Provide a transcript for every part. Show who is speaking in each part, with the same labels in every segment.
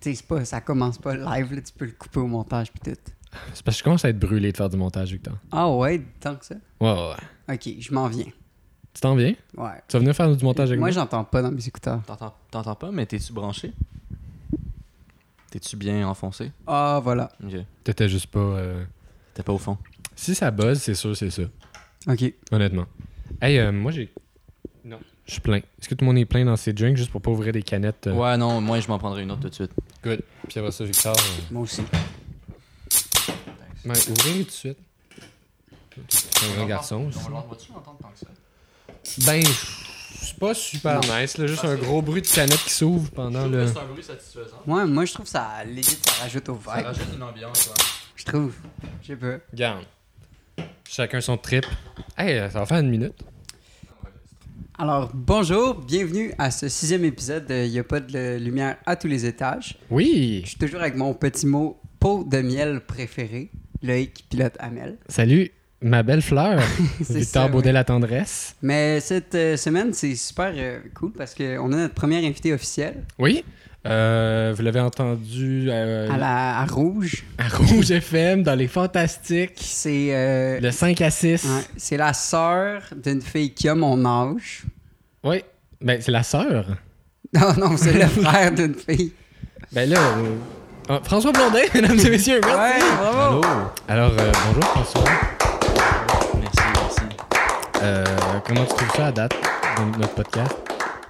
Speaker 1: tu sais, pas, ça commence pas live, là, tu peux le couper au montage puis tout.
Speaker 2: C'est parce que je commence à être brûlé de faire du montage, Victor.
Speaker 1: Ah ouais, tant que ça.
Speaker 2: Ouais, ouais, ouais.
Speaker 1: Ok, je m'en viens.
Speaker 2: Tu t'en viens?
Speaker 1: Ouais.
Speaker 2: Tu vas venir faire du montage avec
Speaker 1: Moi,
Speaker 2: moi?
Speaker 1: j'entends pas dans mes écouteurs.
Speaker 3: T'entends t'entends pas, mais t'es-tu branché? T'es-tu bien enfoncé?
Speaker 1: Ah, voilà.
Speaker 3: Ok.
Speaker 2: T'étais juste pas... euh,
Speaker 3: T'es pas au fond.
Speaker 2: Si ça buzz, c'est sûr, c'est ça.
Speaker 1: Ok.
Speaker 2: Honnêtement. Hey, euh, moi, j'ai... Non. Je suis plein. Est-ce que tout le monde est plein dans ses drinks juste pour pas ouvrir des canettes? euh?
Speaker 3: Ouais, non, moi, je m'en prendrai une autre tout de suite.
Speaker 2: Good. Puis après ça, Victor... euh,
Speaker 1: Moi aussi.
Speaker 2: Ben, ouvrez tout de suite. C'est un grand garçon. aussi.
Speaker 3: va-tu l'entendre tant que ça?
Speaker 2: Ben, c'est pas super nice. Là, juste un gros bruit de canette qui s'ouvre pendant le.
Speaker 3: un bruit satisfaisant.
Speaker 1: Moi, moi, je trouve ça légit, ça rajoute au vibe.
Speaker 3: rajoute une ambiance, hein.
Speaker 1: Je trouve. Je sais pas.
Speaker 2: Garde. Chacun son trip. Hey, euh, ça va faire une minute.
Speaker 1: Alors, bonjour, bienvenue à ce sixième épisode de Y'a pas de lumière à tous les étages. Je
Speaker 2: Oui.
Speaker 1: suis toujours avec mon petit mot pot de miel préféré, Loïc Pilote Amel.
Speaker 2: Salut, ma belle fleur.
Speaker 1: C'est
Speaker 2: Victor
Speaker 1: ça,
Speaker 2: Baudet
Speaker 1: oui.
Speaker 2: la tendresse.
Speaker 1: Mais cette euh, semaine, c'est super euh, cool parce qu'on a notre premier invité officiel
Speaker 2: Oui. Euh, vous l'avez entendu euh,
Speaker 1: à, la, à Rouge.
Speaker 2: à Rouge FM dans les Fantastiques.
Speaker 1: C'est euh,
Speaker 2: Le 5 à 6.
Speaker 1: ouais, c'est la sœur d'une fille qui a mon âge.
Speaker 2: Oui. Ben, c'est la sœur.
Speaker 1: Non, non, c'est le frère d'une fille.
Speaker 2: Ben là. euh, ah, François Blondet, mesdames et
Speaker 1: Ouais,
Speaker 2: messieurs.
Speaker 1: bravo!
Speaker 3: Allô?
Speaker 2: Alors, euh, bonjour François.
Speaker 3: Merci, merci.
Speaker 2: Euh, comment tu trouves ça à date de notre podcast?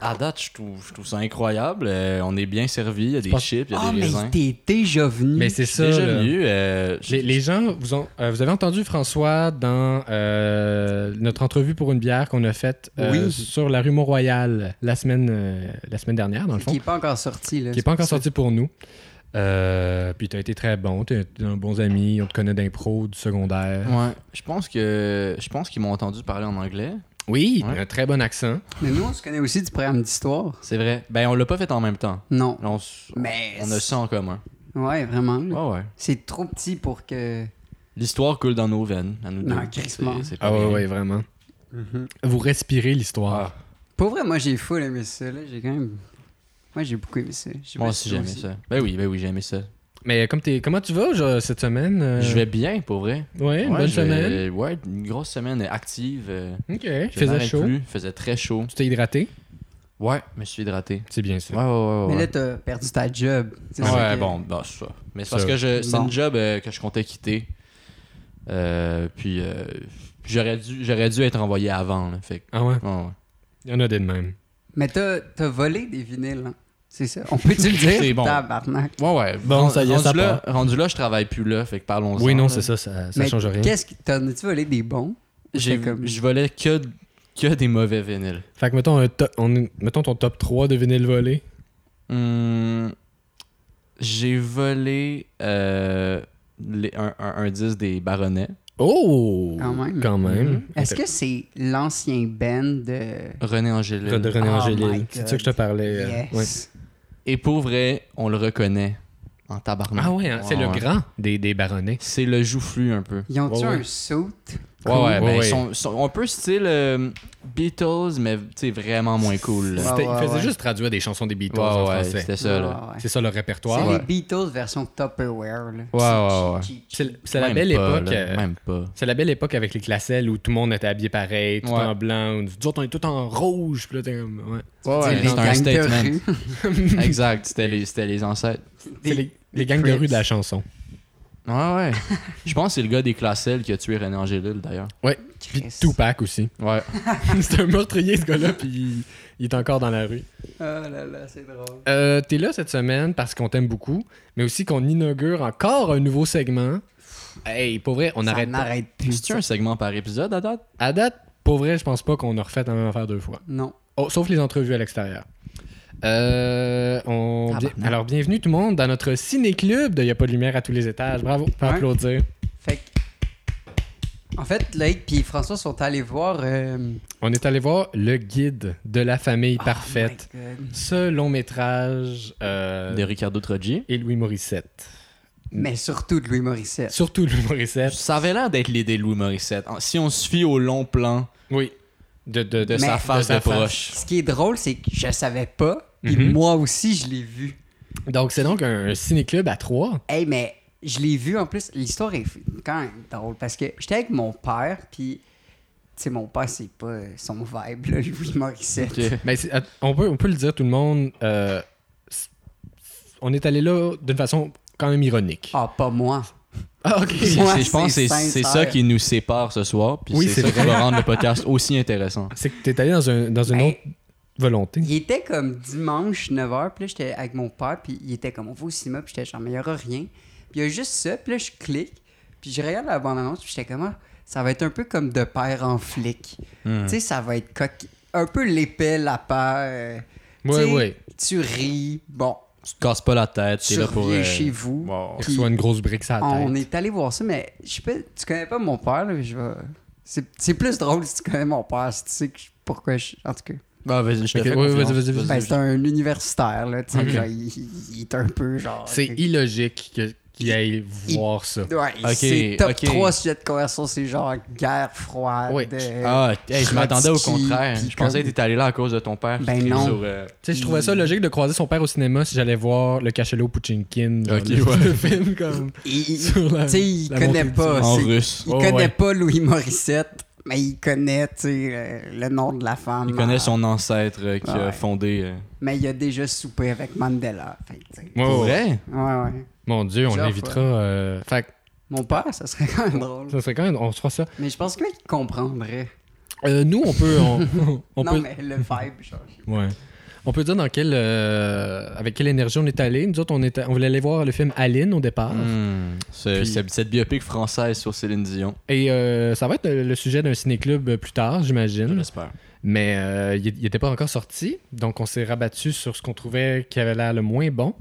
Speaker 3: À date, je trouve, je trouve ça incroyable. Euh, on est bien servi. Il y a des
Speaker 2: penses-
Speaker 3: chips, il y a
Speaker 1: Ah,
Speaker 3: des
Speaker 1: mais
Speaker 3: raisins.
Speaker 1: t'es déjà venu.
Speaker 2: Mais c'est ça.
Speaker 3: Déjà
Speaker 2: là.
Speaker 3: venu. euh, je-
Speaker 2: Les, les gens, vous, ont, euh, vous avez entendu François dans euh, notre entrevue pour une bière qu'on a faite euh,
Speaker 1: Oui.
Speaker 2: sur la rue Mont-Royal la semaine, euh, la semaine dernière, dans le fond,
Speaker 1: Qui
Speaker 2: qui
Speaker 1: est pas encore sorti, là.
Speaker 2: n'est pas encore sorti pour nous. Euh, puis tu as été très bon, tu es un bon ami, on te connaît d'impro, du secondaire.
Speaker 3: Ouais, je pense que je pense qu'ils m'ont entendu parler en anglais.
Speaker 2: Oui,
Speaker 3: Ouais.
Speaker 2: un très bon accent.
Speaker 1: Mais nous, on se connaît aussi du programme d'histoire.
Speaker 3: C'est vrai. Ben on l'a pas fait en même temps.
Speaker 1: Non.
Speaker 3: On, s-
Speaker 1: Mais.
Speaker 3: on a ça Oh. en commun.
Speaker 1: Ouais, vraiment. là.
Speaker 3: Ouais ouais.
Speaker 1: C'est trop petit pour que.
Speaker 3: L'histoire coule dans nos veines. À nous
Speaker 1: Non,
Speaker 3: deux.
Speaker 1: crissement.
Speaker 3: C'est- c'est pas
Speaker 2: Ah ouais, Ah.
Speaker 3: rien.
Speaker 2: ouais, vraiment. Vous respirez
Speaker 3: Ah.
Speaker 2: l'histoire.
Speaker 1: Pour vrai, moi, j'ai full aimé ça, là. J'ai quand même. Moi, j'ai beaucoup aimé ça. Je sais
Speaker 3: Moi
Speaker 1: pas
Speaker 3: aussi
Speaker 1: si
Speaker 3: j'aimais
Speaker 1: toi aussi.
Speaker 3: ça. Ben oui, ben oui, j'aimais ça.
Speaker 2: Mais comme t'es- comment tu vas genre, cette semaine? euh?
Speaker 3: Je vais bien pour vrai.
Speaker 2: Ouais, une
Speaker 3: Ouais,
Speaker 2: bonne
Speaker 3: je vais-
Speaker 2: semaine.
Speaker 3: Ouais, une grosse semaine active. euh,
Speaker 2: Ok,
Speaker 3: je
Speaker 2: faisait
Speaker 3: m'arrête
Speaker 2: chaud.
Speaker 3: plus, faisait très chaud.
Speaker 2: Tu t'es hydraté?
Speaker 3: Ouais, je me suis hydraté.
Speaker 2: C'est bien ça.
Speaker 3: Ouais ouais ouais.
Speaker 1: Mais
Speaker 3: ouais.
Speaker 1: là, t'as perdu ta job. C'est ça
Speaker 3: Ouais,
Speaker 1: que-
Speaker 3: bon, bah, c'est ça. Mais c'est
Speaker 2: Ça.
Speaker 3: parce que je- c'est
Speaker 1: Bon.
Speaker 3: une job euh, que je comptais quitter. Euh, puis euh, j'aurais dû, j'aurais dû être envoyé avant. Là, fait que-
Speaker 2: Ah ouais,
Speaker 3: ouais, ouais.
Speaker 2: il y en a des de même.
Speaker 1: Mais t'as t'as volé des vinyles, hein. C'est ça. On peut-tu le dire?
Speaker 3: C'est bon.
Speaker 1: Tabarnak.
Speaker 3: Ouais, ouais.
Speaker 2: Bon,
Speaker 3: Ren-
Speaker 2: ça y est,
Speaker 3: rendu
Speaker 2: ça
Speaker 3: là, rendu là, je travaille plus là. Fait que parlons
Speaker 2: Oui, non, c'est ça, ça, ça
Speaker 1: Mais
Speaker 2: change rien.
Speaker 1: Qu'est-ce que. T'en as-tu volé des bons?
Speaker 3: J'ai,
Speaker 1: C'est comme-
Speaker 3: Je volais que, que des mauvais vinyles.
Speaker 2: Fait que mettons, un to- on- mettons ton top 3 de vinyle volé.
Speaker 3: Hum, j'ai volé euh, les- un, un- un disque des baronnets.
Speaker 2: Oh!
Speaker 1: Quand même.
Speaker 2: Quand
Speaker 3: Mm-hmm.
Speaker 2: même.
Speaker 1: Est-ce que c'est l'ancien band de.
Speaker 3: René Angélil.
Speaker 2: De René
Speaker 1: Oh
Speaker 2: Angélil.
Speaker 1: my
Speaker 2: C'est
Speaker 1: God.
Speaker 2: de ça que je te parlais. euh, ouais.
Speaker 1: Yes.
Speaker 3: Et pour vrai, on le reconnaît en tabarnak.
Speaker 2: Ah ouais, hein, c'est le
Speaker 3: ouais.
Speaker 2: grand des, des baronnets.
Speaker 3: C'est le joufflu un peu.
Speaker 1: Ils ont-tu
Speaker 2: Ouais, ouais.
Speaker 1: un saut?
Speaker 3: Ouais,
Speaker 2: Cool.
Speaker 3: ouais, ben,
Speaker 2: Ouais, ouais.
Speaker 3: Ils sont, sont un peu style euh, Beatles, mais tu sais, vraiment moins cool. là.
Speaker 1: Ouais,
Speaker 2: C'était- il faisait
Speaker 1: ouais.
Speaker 2: juste traduire des chansons des Beatles
Speaker 3: Ouais,
Speaker 2: en
Speaker 3: ouais,
Speaker 2: français.
Speaker 3: c'était ça, là.
Speaker 1: Ah, Ouais, ouais.
Speaker 2: C'est ça leur
Speaker 1: C'est
Speaker 2: répertoire.
Speaker 1: les Beatles version Tupperware. Là.
Speaker 3: Ouais, ouais, ouais.
Speaker 1: Cheap, cheap,
Speaker 2: C'est l- c'est la
Speaker 3: Même
Speaker 2: belle
Speaker 3: pas,
Speaker 2: époque.
Speaker 3: là,
Speaker 2: euh,
Speaker 3: Même pas.
Speaker 2: C'est la belle époque avec les classelles où tout le monde était habillé pareil, tout
Speaker 3: Ouais.
Speaker 2: en blanc. Nous autres, on est tout en rouge. Puis là, t'es comme, ouais.
Speaker 1: cheap.
Speaker 3: c'était un
Speaker 1: gangs de
Speaker 3: statement.
Speaker 1: rue.
Speaker 3: exact, c'était les, c'était les ancêtres.
Speaker 2: C'est
Speaker 1: Des-
Speaker 2: les, les
Speaker 1: des
Speaker 2: gangs de rue
Speaker 1: Crips.
Speaker 2: de la chanson.
Speaker 3: Ouais, ouais. Je pense que c'est le gars des Classel qui a tué René Angélil, d'ailleurs.
Speaker 2: Ouais. Puis
Speaker 1: Chris.
Speaker 2: Tupac aussi.
Speaker 3: Ouais.
Speaker 2: c'est un meurtrier, ce gars-là, puis il- il est encore dans la rue.
Speaker 1: Oh là là, c'est drôle.
Speaker 2: Euh, T'es là cette semaine parce qu'on t'aime beaucoup, mais aussi qu'on inaugure encore un nouveau segment. Hey, pour vrai, on
Speaker 1: Ça
Speaker 2: arrête pas.
Speaker 1: n'arrête plus.
Speaker 3: C'est-tu un segment par épisode à date?
Speaker 2: À date, pour vrai, je pense pas qu'on a refait la même affaire deux fois.
Speaker 1: Non.
Speaker 2: Oh, sauf les entrevues à l'extérieur. Euh, on...
Speaker 1: Tabarnak.
Speaker 2: bien- Alors, bienvenue tout le monde dans notre ciné-club de Y'a pas de lumière à tous les étages. Bravo, pour
Speaker 1: Ouais.
Speaker 2: applaudir.
Speaker 1: Fait que- En fait, Loïc et François sont allés voir. euh,
Speaker 2: On est allé voir le guide de la famille
Speaker 1: oh
Speaker 2: parfaite.
Speaker 1: my God.
Speaker 2: Ce long métrage euh,
Speaker 3: De Ricardo Troggi.
Speaker 2: et Louis Morissette.
Speaker 1: Mais surtout de Louis Morissette.
Speaker 2: Surtout Louis Morissette.
Speaker 3: Ça avait l'air d'être l'idée de Louis Morissette. En- Si on se fie au long plan
Speaker 2: Oui. De, de,
Speaker 3: de
Speaker 2: de
Speaker 3: sa
Speaker 1: Mais-
Speaker 3: face de,
Speaker 2: sa face.
Speaker 3: proche.
Speaker 1: Ce qui est drôle, c'est que je savais pas. Et
Speaker 2: Mhm.
Speaker 1: moi aussi, je l'ai vu.
Speaker 2: Donc, c'est donc un, un ciné-club à trois.
Speaker 1: Hey, mais je l'ai vu en plus. L'histoire est quand même drôle parce que j'étais avec mon père, puis. Tu sais, mon père, c'est pas son vibe, là, Louis Morissette.
Speaker 3: Ok.
Speaker 2: Mais c'est- att- on, peut, on peut le dire, tout le monde, euh, c- on est allé là d'une façon quand même ironique.
Speaker 1: Ah, pas moi.
Speaker 2: Ah, ok.
Speaker 3: C'est-
Speaker 1: Ouais,
Speaker 3: c'est- je pense que
Speaker 1: c'est
Speaker 3: c'est c'est ça
Speaker 1: sincère.
Speaker 3: qui nous sépare ce soir. Puis
Speaker 2: Oui,
Speaker 3: c'est
Speaker 2: c'est
Speaker 3: ça qui va rendre le podcast aussi intéressant.
Speaker 2: C'est que t'es allé dans, un- dans une
Speaker 1: Hey.
Speaker 2: autre volonté.
Speaker 1: Ben, Il était comme dimanche 9h, puis là, j'étais avec mon père, puis il était comme on va au cinéma, puis j'étais genre, mais il n'y aura rien. Puis il y a juste ça, puis là, je clique, puis je regarde la bande-annonce, puis j'étais comme, Ah, ça va être un peu comme de père en flic. Tu sais, ça va être coqui- un peu l'épée, la peur.
Speaker 2: Ouais, ouais.
Speaker 1: Tu ris, bon,
Speaker 3: Tu te casses pas la tête, t'es
Speaker 1: tu
Speaker 3: là pour.
Speaker 1: reviens
Speaker 3: euh,
Speaker 1: chez vous.
Speaker 3: wow.
Speaker 1: Puis
Speaker 2: Qu'il Oh, soit une grosse brique sur la tête.
Speaker 1: on est allé voir ça, mais je sais pas, tu connais pas mon père, là, mais je vais. C'est c'est plus drôle si tu connais mon père, si tu sais que je- pourquoi je. En tout cas.
Speaker 3: Bah, vas-y, je te
Speaker 2: Ok,
Speaker 3: fais
Speaker 2: ouais,
Speaker 3: confiance.
Speaker 2: vas-y, vas-y, vas-y.
Speaker 1: Ben, c'est un universitaire, là. Tu sais,
Speaker 2: Ok.
Speaker 1: genre, il, il est un peu genre.
Speaker 2: C'est illogique que- qu'il aille voir ça.
Speaker 1: Ouais,
Speaker 3: Ok,
Speaker 1: c'est top
Speaker 3: ok.
Speaker 1: 3 sujets de conversation, c'est genre guerre froide.
Speaker 2: Ouais.
Speaker 1: euh,
Speaker 3: Ah, hey, je
Speaker 1: Trotsky,
Speaker 3: m'attendais au contraire.
Speaker 1: puis
Speaker 3: Je pensais que t'étais allé là à cause de ton père. qui
Speaker 1: Ben
Speaker 3: crie
Speaker 1: non.
Speaker 3: sur, euh,
Speaker 2: Tu sais, je trouvais ça logique de croiser son père au cinéma si j'allais voir le cachelot Pouchinkin. genre,
Speaker 3: Ok,
Speaker 2: le,
Speaker 3: ouais.
Speaker 2: le film comme.
Speaker 1: il- il-
Speaker 2: sur la-
Speaker 1: tu sais, il
Speaker 2: la
Speaker 1: connaît
Speaker 2: montée du-
Speaker 1: pas.
Speaker 3: en
Speaker 1: c'est-
Speaker 3: russe.
Speaker 1: Il
Speaker 2: Oh,
Speaker 1: connaît
Speaker 2: ouais.
Speaker 1: pas Louis Morissette, mais il connaît, tu sais, euh, le, le nom de la femme.
Speaker 3: Il connaît
Speaker 1: euh,
Speaker 3: son ancêtre euh, qui
Speaker 1: Ouais.
Speaker 3: a fondé. euh,
Speaker 1: Mais il a déjà soupé avec Mandela. Fait, que, tu sais.
Speaker 3: Oh.
Speaker 2: Ouais, ouais.
Speaker 3: Vrai?
Speaker 1: ouais, ouais.
Speaker 2: Mon Dieu, on
Speaker 1: Plusieurs
Speaker 2: l'invitera.
Speaker 1: fois.
Speaker 2: euh, Fait que
Speaker 1: Mon père, ça serait quand même drôle.
Speaker 2: ça serait quand même. On se fera ça.
Speaker 1: Mais je pense que qu'il comprendrait.
Speaker 2: Euh, nous, on peut. On, on
Speaker 1: non,
Speaker 2: peut
Speaker 1: mais le vibe, genre.
Speaker 2: Ouais. On peut dire dans quelle, euh, avec quelle énergie on est allé. Nous autres, on, était, on voulait aller voir le film Aline au départ.
Speaker 3: Hmm. Ce-
Speaker 2: Puis-
Speaker 3: cette- Cette biopic française sur Céline Dion,
Speaker 2: Et euh, ça va être le, le sujet d'un ciné-club euh, plus tard,
Speaker 1: Hmm.
Speaker 3: je
Speaker 2: j'imagine.
Speaker 3: l'espère.
Speaker 2: Mais euh, il n'était pas encore sorti. Donc, on s'est rabattu sur ce qu'on trouvait qui avait l'air le moins bon.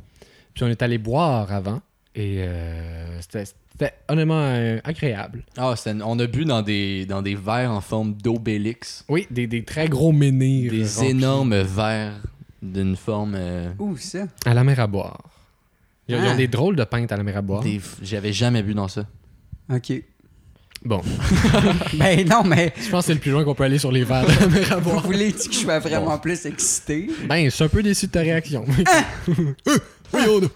Speaker 2: Puis, on est allé boire avant. Et euh, c'était c'était honnêtement euh, agréable.
Speaker 3: Ah, c'est une- on a bu dans des, dans des verres en forme d'obélix.
Speaker 2: Oui, des, des très gros menhirs.
Speaker 3: Des
Speaker 2: remplis.
Speaker 3: énormes verres d'une forme. euh,
Speaker 1: Où ça?
Speaker 2: À la mer à boire. Ils, ils
Speaker 1: Ah.
Speaker 2: ont des drôles de peintes à la mer à boire.
Speaker 3: des f- J'avais jamais bu dans ça.
Speaker 1: Ok.
Speaker 2: Bon,
Speaker 1: Ben non, mais
Speaker 2: je pense que c'est le plus loin qu'on peut aller sur les verres de la mer à
Speaker 1: vous
Speaker 2: boire.
Speaker 1: voulez que je sois vraiment plus excité?
Speaker 2: Ben, je suis un peu déçu de ta réaction.
Speaker 3: Ah!
Speaker 2: Oui, oh, non.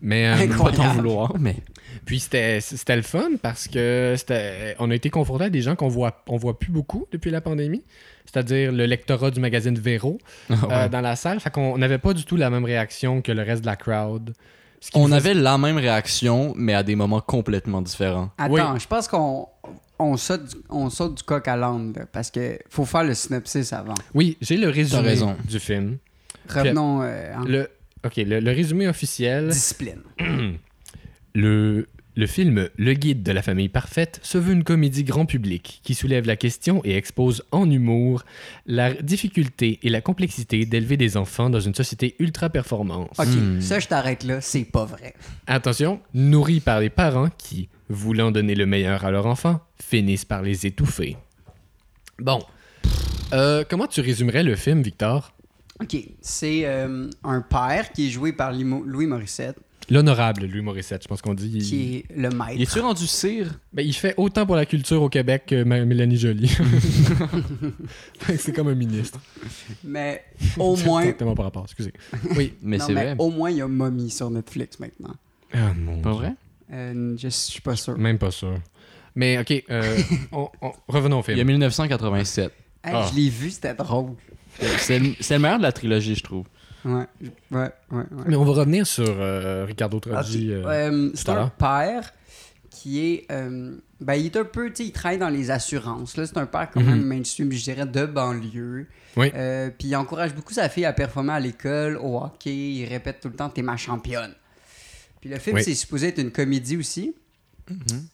Speaker 2: Mais euh,
Speaker 3: Pas t'en
Speaker 1: Incroyable.
Speaker 3: vouloir, mais.
Speaker 2: puis c'était c'était le fun parce que c'était- on a été confronté à des gens qu'on voit on voit plus beaucoup depuis la pandémie, c'est-à-dire le lectorat du magazine Véro euh, dans la salle, fait qu'on n'avait pas du tout la même réaction que le reste de la crowd. Ce qui
Speaker 3: On
Speaker 2: nous-
Speaker 3: avait la même réaction, mais à des moments complètement différents.
Speaker 1: Attends, je pense qu'on on saute, du- on saute du coq à l'âne, là, parce que faut faire le synopsis avant.
Speaker 2: Oui, j'ai le résumé
Speaker 3: raison.
Speaker 2: du film.
Speaker 1: Revenons euh, en
Speaker 2: Le OK, le, le résumé officiel
Speaker 1: discipline.
Speaker 2: Le, le film Le Guide de la famille parfaite se veut une comédie grand public qui soulève la question et expose en humour la difficulté et la complexité d'élever des enfants dans une société ultra performance.
Speaker 1: Ok,
Speaker 3: Hmm.
Speaker 1: ça, je t'arrête là, c'est pas vrai.
Speaker 2: Attention, nourris par les parents qui, voulant donner le meilleur à leur enfant, finissent par les étouffer. Bon. Euh, comment tu résumerais le film, Victor
Speaker 1: Ok, c'est euh, un père qui est joué par Limo- Louis Morissette,
Speaker 2: L'honorable Louis Morissette, je pense qu'on dit. Il,
Speaker 1: qui est le maître.
Speaker 3: Il est-tu rendu cire?
Speaker 2: Ben, il fait autant pour la culture au Québec que Ma- Mélanie Joly. Fait que C'est comme un ministre.
Speaker 1: Mais au moins,
Speaker 2: Exactement par rapport, excusez.
Speaker 3: Mais
Speaker 1: non,
Speaker 3: c'est
Speaker 1: mais
Speaker 3: vrai.
Speaker 1: au moins, il y a Mommy sur Netflix maintenant.
Speaker 2: Ah mon
Speaker 3: Pas vrai?
Speaker 1: Euh, je suis pas sûr.
Speaker 2: Même pas sûr. Mais ok, euh, on- on- revenons au
Speaker 3: Il y a
Speaker 2: film.
Speaker 3: 1987.
Speaker 1: Hey,
Speaker 2: Ah.
Speaker 1: Je l'ai vu, c'était drôle.
Speaker 3: C'est le, c'est le meilleur de la trilogie, je trouve.
Speaker 1: Ouais, je- ouais, ouais. ouais.
Speaker 2: Mais on va revenir sur euh, Ricardo
Speaker 1: Ok.
Speaker 2: Trogi. euh,
Speaker 1: Euh, c'est
Speaker 2: tout à
Speaker 1: un
Speaker 2: l'heure.
Speaker 1: père qui est. euh, ben, il est un peu. Tu sais, il travaille dans les assurances. Là, c'est un père quand
Speaker 2: Mhm.
Speaker 1: même mainstream, je dirais, de banlieue.
Speaker 2: Oui.
Speaker 1: Euh, Puis il encourage beaucoup sa fille à performer à l'école, au hockey. Il répète tout le temps T'es ma championne. Puis le film,
Speaker 2: Oui.
Speaker 1: c'est supposé être une comédie aussi,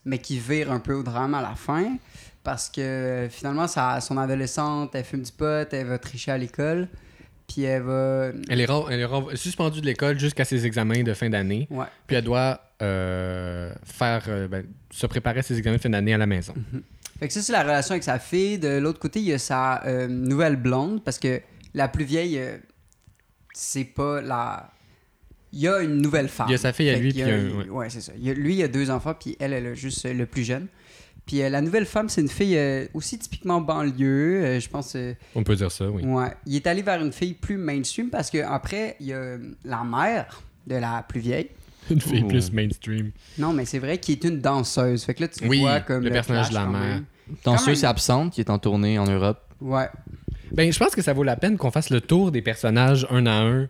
Speaker 1: mais qui vire un peu au drame à la fin. Parce que euh, finalement, sa- son adolescente, elle fume du pot, elle va tricher à l'école. Puis elle va.
Speaker 2: Elle est, ren- elle est ren- suspendue de l'école jusqu'à ses examens de fin d'année.
Speaker 1: Ouais.
Speaker 2: Puis elle doit euh, faire, euh, ben, se préparer à ses examens de fin d'année à la maison.
Speaker 1: Fait que ça, c'est la relation avec sa fille. De l'autre côté, il y a sa euh, nouvelle blonde, parce que la plus vieille, euh, c'est pas la. Il y a une nouvelle femme.
Speaker 2: Il y a sa fille à
Speaker 1: Fait
Speaker 2: lui,
Speaker 1: qu'il
Speaker 2: puis
Speaker 1: y a-
Speaker 2: un- ouais.
Speaker 1: Ouais, c'est ça. Il y a- lui, il a deux enfants, puis elle, elle a juste euh, le plus jeune. Puis euh, la nouvelle femme, c'est une fille euh, aussi typiquement banlieue, euh, je pense. euh,
Speaker 2: On peut dire ça, oui.
Speaker 1: Ouais. Il est allé vers une fille plus mainstream parce que après, il y a euh, la mère de la plus vieille.
Speaker 2: Une fille
Speaker 3: Ouh.
Speaker 2: plus mainstream.
Speaker 1: Non, mais c'est vrai qui est une danseuse. Fait que là, tu
Speaker 2: Oui,
Speaker 1: vois comme.
Speaker 2: le personnage de la
Speaker 1: clash quand
Speaker 2: mère.
Speaker 1: même.
Speaker 3: Dans
Speaker 1: Quand
Speaker 3: ceux,
Speaker 1: même.
Speaker 3: c'est Absente qui est en tournée en Europe.
Speaker 1: Ouais.
Speaker 2: Ben, je pense que ça vaut la peine qu'on fasse le tour des personnages un à un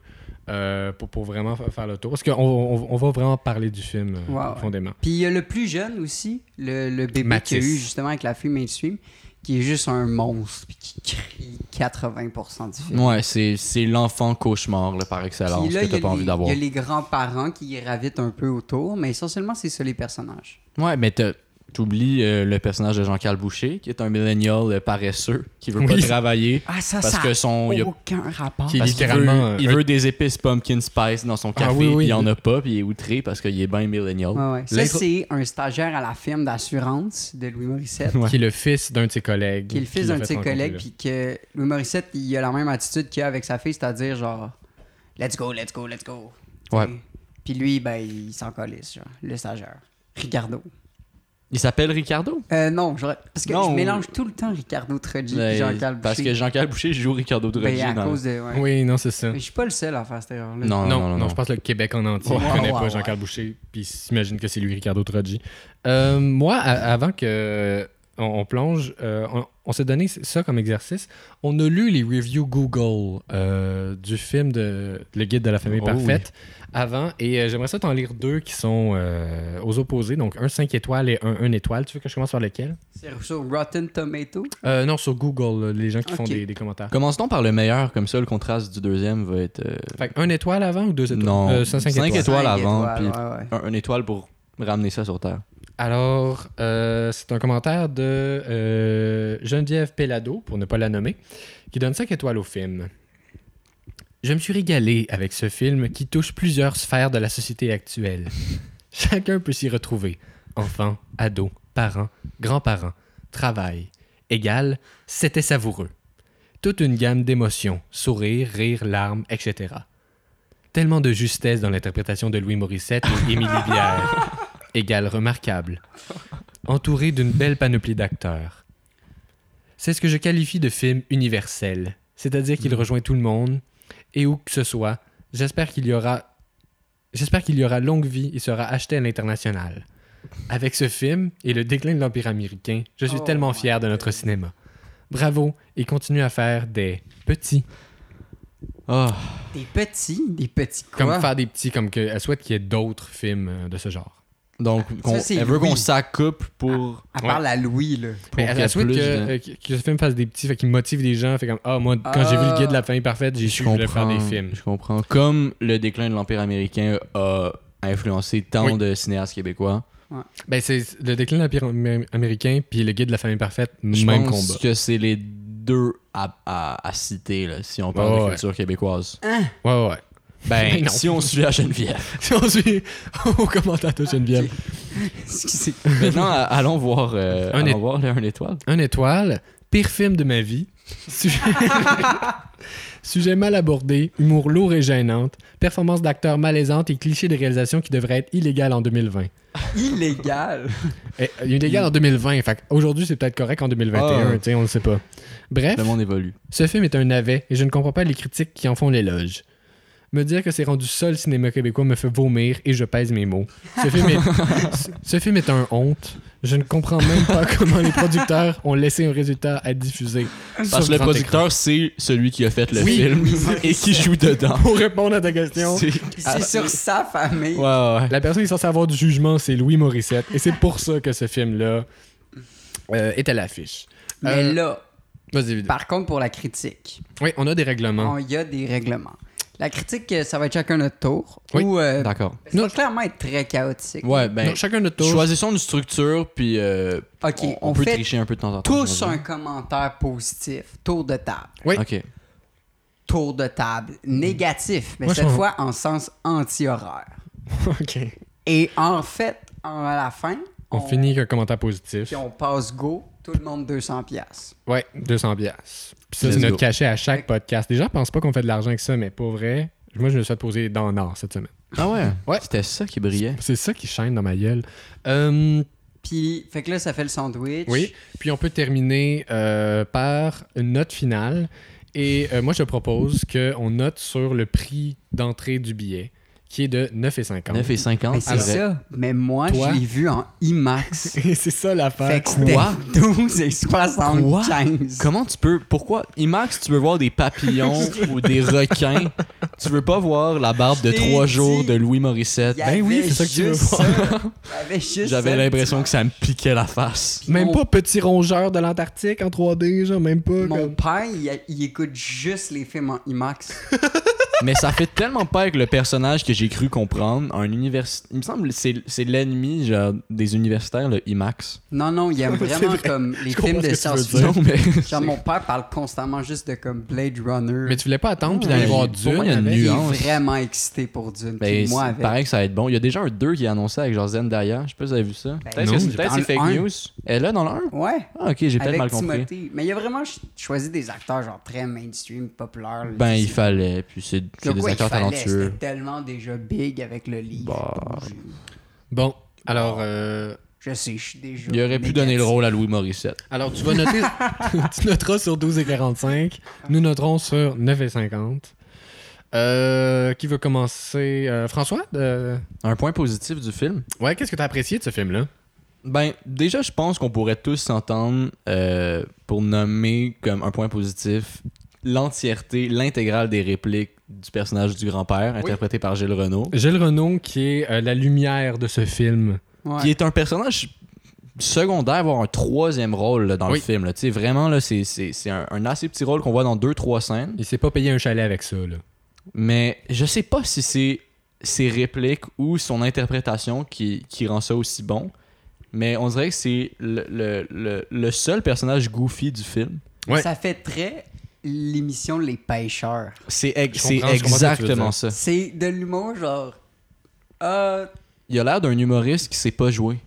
Speaker 2: euh, pour, pour vraiment fa- faire le tour. Parce qu'on on, on va vraiment parler du film euh,
Speaker 1: Ouais, ouais.
Speaker 2: profondément.
Speaker 1: Puis il y a le plus jeune aussi, le, le bébé
Speaker 2: Matisse.
Speaker 1: qu'il y a eu justement avec la fille mainstream, qui est juste un monstre puis qui crie 80% du film.
Speaker 3: Ouais, c'est c'est l'enfant cauchemar là, par excellence
Speaker 1: Puis là,
Speaker 3: que
Speaker 1: il y a
Speaker 3: t'as pas
Speaker 1: les-
Speaker 3: envie d'avoir.
Speaker 1: Il y a les grands-parents qui ravitent un peu autour, mais essentiellement, c'est ça les personnages.
Speaker 3: Ouais, mais t'as- t'oublies euh, le personnage de Jean-Carl Boucher, qui est un millénial euh, paresseux, qui veut pas
Speaker 2: Oui.
Speaker 3: travailler.
Speaker 1: Ah, ça,
Speaker 3: Parce
Speaker 1: ça Oh.
Speaker 3: que son. il a-
Speaker 1: aucun rapport.
Speaker 2: Qui-
Speaker 3: parce qu'il
Speaker 2: Littéralement,
Speaker 3: veut-
Speaker 2: euh,
Speaker 3: il
Speaker 2: un-
Speaker 3: veut des épices pumpkin spice dans son
Speaker 2: Ah
Speaker 3: café,
Speaker 2: oui, oui.
Speaker 3: puis il en a pas, puis il est outré parce qu'il est bien millénial.
Speaker 1: Ouais, ouais. Ça,
Speaker 2: L'intro-
Speaker 1: c'est un stagiaire à la firme d'assurance de Louis Morissette,
Speaker 2: Qui est le fils d'un de ses collègues.
Speaker 1: qui est le fils
Speaker 2: qui
Speaker 1: d'un
Speaker 2: l'a
Speaker 1: de
Speaker 2: fait
Speaker 1: ses
Speaker 2: rencontrer
Speaker 1: collègues,
Speaker 2: là.
Speaker 1: puis que Louis Morissette, il a la même attitude qu'il a avec sa fille, c'est-à-dire genre, let's go, let's go, let's go.
Speaker 3: Ouais.
Speaker 1: Puis lui, ben, il s'en colisse, genre, le stagiaire. Ricardo.
Speaker 3: Il s'appelle Ricardo.
Speaker 1: Euh, non, je- parce que
Speaker 3: Non.
Speaker 1: je mélange tout le temps Ricardo Troggi et
Speaker 3: Ben,
Speaker 1: Jean-Claude Boucher.
Speaker 3: Parce que Jean-Carl Boucher joue Ricardo Drogi.
Speaker 1: Ben, à
Speaker 3: dans-
Speaker 1: cause de. ouais.
Speaker 2: Oui, non, c'est ça.
Speaker 1: Mais je suis pas le seul à faire cette erreur-là.
Speaker 3: Non,
Speaker 2: Non,
Speaker 3: non,
Speaker 2: non,
Speaker 3: non,
Speaker 2: je pense que le Québec en entier
Speaker 1: Ouais,
Speaker 2: ne connaît
Speaker 1: ouais,
Speaker 2: pas
Speaker 1: ouais.
Speaker 2: Jean-Carl Boucher, puis s'imagine que c'est lui Ricardo Troggi. Euh, moi, a- avant que euh, on, on plonge, euh, on, on s'est donné ça comme exercice. On a lu les reviews Google euh, du film de Le Guide de la famille
Speaker 3: Oh oui.
Speaker 2: parfaite avant, et euh, j'aimerais ça t'en lire deux qui sont euh, aux opposés, donc un 5 étoiles et un 1 étoile. Tu veux que je commence par lequel
Speaker 1: C'est sur Rotten Tomato.
Speaker 2: Euh, Non, sur Google, là, les gens qui font
Speaker 1: Ok.
Speaker 2: des, des commentaires.
Speaker 3: Commençons par le meilleur, comme ça le contraste du deuxième va être. euh,
Speaker 2: Fait que un étoile avant ou deux étoiles
Speaker 3: Non.
Speaker 2: Euh, ça, cinq
Speaker 3: Cinq
Speaker 2: étoiles.
Speaker 3: étoiles
Speaker 1: Cinq
Speaker 3: avant,
Speaker 1: étoiles,
Speaker 3: puis-
Speaker 1: ouais, ouais.
Speaker 3: un, une étoile pour ramener ça sur Terre.
Speaker 2: Alors, euh, c'est un commentaire de euh, Geneviève Pellado, pour ne pas la nommer, qui donne 5 étoiles au film. Je me suis régalé avec ce film qui touche plusieurs sphères de la société actuelle. Chacun peut s'y retrouver. Enfants, ados, parents, grands-parents, travail. Égal, c'était savoureux. Toute une gamme d'émotions, sourires, rires, larmes, etc. Tellement de justesse dans l'interprétation de Louis Morissette et Émilie Bière. Égal remarquable. Entouré d'une belle panoplie d'acteurs. C'est ce que je qualifie de film universel, c'est-à-dire
Speaker 1: Mm.
Speaker 2: qu'il rejoint tout le monde, et où que ce soit, j'espère qu'il y aura J'espère qu'il y aura longue vie et sera acheté à l'international. Avec ce film et le déclin de l'Empire américain, je suis
Speaker 1: Oh
Speaker 2: tellement
Speaker 1: my
Speaker 2: fier de notre cinéma. Bravo et continue à faire des petits.
Speaker 3: Ah,
Speaker 1: Des petits, des petits quoi?
Speaker 2: Comme faire des petits, comme qu'elle souhaite qu'il y ait d'autres films euh, de ce genre.
Speaker 3: Donc,
Speaker 2: Ah,
Speaker 3: qu'on-
Speaker 1: c'est
Speaker 3: elle veut
Speaker 1: Louis.
Speaker 3: qu'on s'accoupe pour.
Speaker 1: À part la Louis, là.
Speaker 2: Mais Ah,
Speaker 3: qu'il
Speaker 2: elle,
Speaker 3: y ait
Speaker 2: elle souhaite que,
Speaker 3: plus de-
Speaker 2: euh, que- que ce film fasse des petits, fait qu'il motive les gens. Fait comme, ah, moi, quand j'ai vu le guide de la famille parfaite, j'ai su que je voulais faire des films.
Speaker 3: Je comprends. Comme le déclin de l'Empire américain a influencé tant
Speaker 2: Oui.
Speaker 3: de cinéastes québécois,
Speaker 2: Ben, c'est le déclin de l'Empire am- américain, puis le guide de la famille parfaite,
Speaker 3: je
Speaker 2: même
Speaker 3: pense
Speaker 2: combat.
Speaker 3: que c'est les deux à, à- à citer là, si on parle
Speaker 2: Ouais,
Speaker 3: de
Speaker 2: ouais.
Speaker 3: culture québécoise.
Speaker 2: Ouais, ouais.
Speaker 3: Ben,
Speaker 2: Ben non.
Speaker 3: si on suit à Geneviève.
Speaker 2: Si on suit au commentaire de Geneviève.
Speaker 1: Excusez.
Speaker 3: Maintenant, a- allons voir, euh,
Speaker 2: Un
Speaker 3: allons
Speaker 2: é-
Speaker 3: voir le un étoile.
Speaker 2: Un étoile, pire film de ma vie. Sujet, Sujet mal abordé, humour lourd et gênante, performance d'acteur malaisante et cliché de réalisation qui devrait être illégale en 2020.
Speaker 1: Illégal.
Speaker 2: Eh, euh, illégale en 2020, fait aujourd'hui c'est peut-être correct en 2021,
Speaker 3: Ah.
Speaker 2: tu sais, on ne sait pas. Bref,
Speaker 3: Le monde évolue.
Speaker 2: ce film est un navet et je ne comprends pas les critiques qui en font l'éloge. Me dire que c'est rendu seul cinéma québécois me fait vomir et je pèse mes mots. Ce film est, ce- ce film est un honte. Je ne comprends même pas comment les producteurs ont laissé un résultat à diffuser.
Speaker 3: Parce
Speaker 2: sur
Speaker 3: que le
Speaker 2: grand écran.
Speaker 3: producteur, c'est celui qui a fait le
Speaker 2: Oui.
Speaker 3: film et qui joue dedans.
Speaker 2: Pour répondre à ta question,
Speaker 1: C'est sur sa famille.
Speaker 3: Ah. Ouais, ouais.
Speaker 2: la personne qui est censée avoir du jugement, c'est Louis Morissette. Et c'est pour ça que ce film-là euh, est à l'affiche.
Speaker 1: Mais
Speaker 2: Euh,
Speaker 1: là,
Speaker 2: Vas-y, Ludo.
Speaker 1: par contre, pour la critique,
Speaker 2: Oui, on a des
Speaker 1: il
Speaker 2: règlements.
Speaker 1: y a des règlements. La critique, euh, ça va être chacun notre tour.
Speaker 2: Oui.
Speaker 1: Ou, euh,
Speaker 3: D'accord.
Speaker 1: ça va clairement être très chaotique.
Speaker 3: Ouais, ben.
Speaker 2: Non, chacun notre tour.
Speaker 3: Choisissons une structure, puis euh,
Speaker 1: Ok,
Speaker 3: on, on
Speaker 1: on
Speaker 3: peut
Speaker 1: fait
Speaker 3: tricher un peu de temps en temps.
Speaker 1: Tous un
Speaker 3: j'imagine.
Speaker 1: commentaire positif. Tour de table.
Speaker 2: Oui.
Speaker 3: Ok.
Speaker 1: Tour de table. Négatif, mais
Speaker 2: Moi, je
Speaker 1: cette
Speaker 2: pense-
Speaker 1: fois en sens anti-horaire.
Speaker 2: OK.
Speaker 1: Et en fait, en- à la fin,
Speaker 2: On, finit avec un commentaire positif.
Speaker 1: Puis on passe go, tout le monde 200 pièces.
Speaker 2: Ouais, 200 piastres. Puis ça,
Speaker 3: Let's
Speaker 2: c'est
Speaker 3: go.
Speaker 2: notre cachet à chaque podcast. Les gens pensent pas qu'on fait de l'argent avec ça, mais pour vrai, moi, je me suis fait poser dans le Nord cette semaine.
Speaker 3: Ah ouais.
Speaker 2: Ouais.
Speaker 3: C'était ça qui brillait.
Speaker 2: C'est ça qui chaîne dans ma gueule. Euh,
Speaker 1: Puis, fait que là, ça fait le sandwich.
Speaker 2: Oui, puis on peut terminer euh, par une note finale. Et euh, moi, je propose qu'on note sur le prix d'entrée du billet, qui est de 9,50.
Speaker 3: 9,50,
Speaker 1: Mais
Speaker 3: c'est
Speaker 1: c'est
Speaker 3: vrai.
Speaker 1: ça. Mais moi,
Speaker 2: Toi?
Speaker 1: je l'ai vu en IMAX.
Speaker 2: Et c'est ça l'affaire.
Speaker 1: fait que c'était
Speaker 3: quoi?
Speaker 1: 12 et 75.
Speaker 3: Comment tu peux. Pourquoi. IMAX, tu veux voir des papillons ou des requins. Tu veux pas voir la barbe de
Speaker 1: Je t'ai
Speaker 3: trois jours
Speaker 1: dit.
Speaker 3: de Louis Morissette.
Speaker 1: Il y
Speaker 2: Ben oui,
Speaker 1: avait
Speaker 2: c'est ça que tu veux
Speaker 1: juste
Speaker 2: voir.
Speaker 1: ça. Il y avait juste
Speaker 3: J'avais
Speaker 1: ça.
Speaker 3: l'impression que ça me piquait la face.
Speaker 2: Même
Speaker 1: Mon-
Speaker 2: pas petit rongeur de l'Antarctique en 3D, genre, même pas.
Speaker 1: Mon
Speaker 2: comme-
Speaker 1: père, il, il écoute juste les films en IMAX.
Speaker 3: Mais ça fait tellement pas avec le personnage que j'ai cru comprendre. Un universitaire. Il me semble que c'est c'est l'ennemi genre, des universitaires, le IMAX.
Speaker 1: Non, non, il aime
Speaker 2: C'est
Speaker 1: vraiment
Speaker 2: vrai.
Speaker 1: comme les
Speaker 2: Je comprends
Speaker 1: films
Speaker 2: ce que
Speaker 1: de
Speaker 2: tu veux
Speaker 1: science-fiction.
Speaker 3: Non, mais.
Speaker 1: Genre, mon père parle constamment juste de comme Blade Runner.
Speaker 2: Mais tu voulais pas attendre puis
Speaker 1: Ouais,
Speaker 2: d'aller voir
Speaker 3: pour
Speaker 2: Dune. hein?
Speaker 3: moi, Ah, il y a une
Speaker 2: avec?
Speaker 1: il est
Speaker 3: nuance.
Speaker 1: vraiment excité pour Dune.
Speaker 3: Ben,
Speaker 1: puis moi,
Speaker 3: c'est-
Speaker 1: avec.
Speaker 3: paraît que ça va être bon. Il y a déjà un 2 qui est annoncé avec genre Zendaya. Je sais pas si vous avez vu ça.
Speaker 1: Ben,
Speaker 3: Peut-être
Speaker 2: non,
Speaker 3: que
Speaker 2: j'ai
Speaker 3: c'est- peut-être
Speaker 1: pas-
Speaker 3: c'est fake
Speaker 1: dans le un.
Speaker 3: news. Elle est là dans le 1
Speaker 1: Ouais.
Speaker 3: Ah, ok, j'ai peut-être
Speaker 1: Avec
Speaker 3: mal compris.
Speaker 1: Timothée. Mais il a vraiment ch- choisi des acteurs genre très mainstream, populaires. là,
Speaker 3: Ben,
Speaker 1: tu
Speaker 3: il
Speaker 1: sais.
Speaker 3: fallait. Puis c'est c'est
Speaker 1: De
Speaker 3: des
Speaker 1: quoi il
Speaker 3: acteurs
Speaker 1: fallait,
Speaker 3: talentueux.
Speaker 1: C'était tellement déjà big avec le livre.
Speaker 3: Bah.
Speaker 2: Bon, alors, euh,
Speaker 1: Je sais, je suis déjà.
Speaker 3: Il aurait pu
Speaker 1: négatif.
Speaker 3: donner le rôle à Louis Morissette.
Speaker 2: alors tu vas noter. tu noteras sur 12,45. Nous noterons sur 9,50. Euh, qui veut commencer Euh, François euh,
Speaker 3: Un point positif du film
Speaker 2: Ouais, qu'est-ce que t'as apprécié de ce film-là
Speaker 3: Ben, déjà, je pense qu'on pourrait tous s'entendre euh, pour nommer comme un point positif l'entièreté, l'intégrale des répliques du personnage du grand-père, interprété par Gilles Renault,
Speaker 2: Gilles Renaud, qui est euh, la lumière de ce film.
Speaker 1: Ouais.
Speaker 3: qui est un personnage secondaire, voire un troisième rôle là, dans
Speaker 2: Oui.
Speaker 3: le film. là. Tu sais, vraiment, là, c'est- c'est c'est un, un assez petit rôle qu'on voit dans deux, trois scènes.
Speaker 2: Il s'est pas payé un chalet avec ça, là.
Speaker 3: Mais je sais pas si c'est ses répliques ou son interprétation qui, qui rend ça aussi bon. Mais on dirait que c'est le, le- le- le seul personnage goofy du film.
Speaker 2: Ouais.
Speaker 1: Ça fait très l'émission Les Pêcheurs.
Speaker 3: C'est
Speaker 2: Je
Speaker 3: ex- c'est
Speaker 2: comprends- je comprends ce que tu veux
Speaker 3: exactement
Speaker 2: dire.
Speaker 3: ça.
Speaker 1: C'est de l'humour genre. Euh,
Speaker 3: Il a l'air d'un humoriste qui sait pas jouer.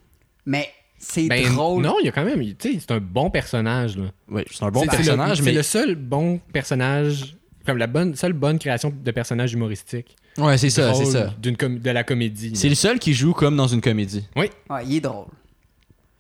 Speaker 1: mais c'est
Speaker 2: Ben,
Speaker 1: drôle.
Speaker 2: Non, il y a quand même. il- Tu sais, c'est un bon personnage, là.
Speaker 3: Ouais, c'est un bon
Speaker 2: C'est- c'est le-
Speaker 3: personnage,
Speaker 2: C'est
Speaker 3: mais.
Speaker 2: le seul bon personnage, comme la bonne, seule bonne création de personnage humoristique.
Speaker 3: Ouais, c'est ça, c'est
Speaker 2: Drôle
Speaker 3: ça.
Speaker 2: d'une com- de la comédie.
Speaker 3: C'est le seul qui joue comme dans une comédie.
Speaker 1: Ouais, il est drôle.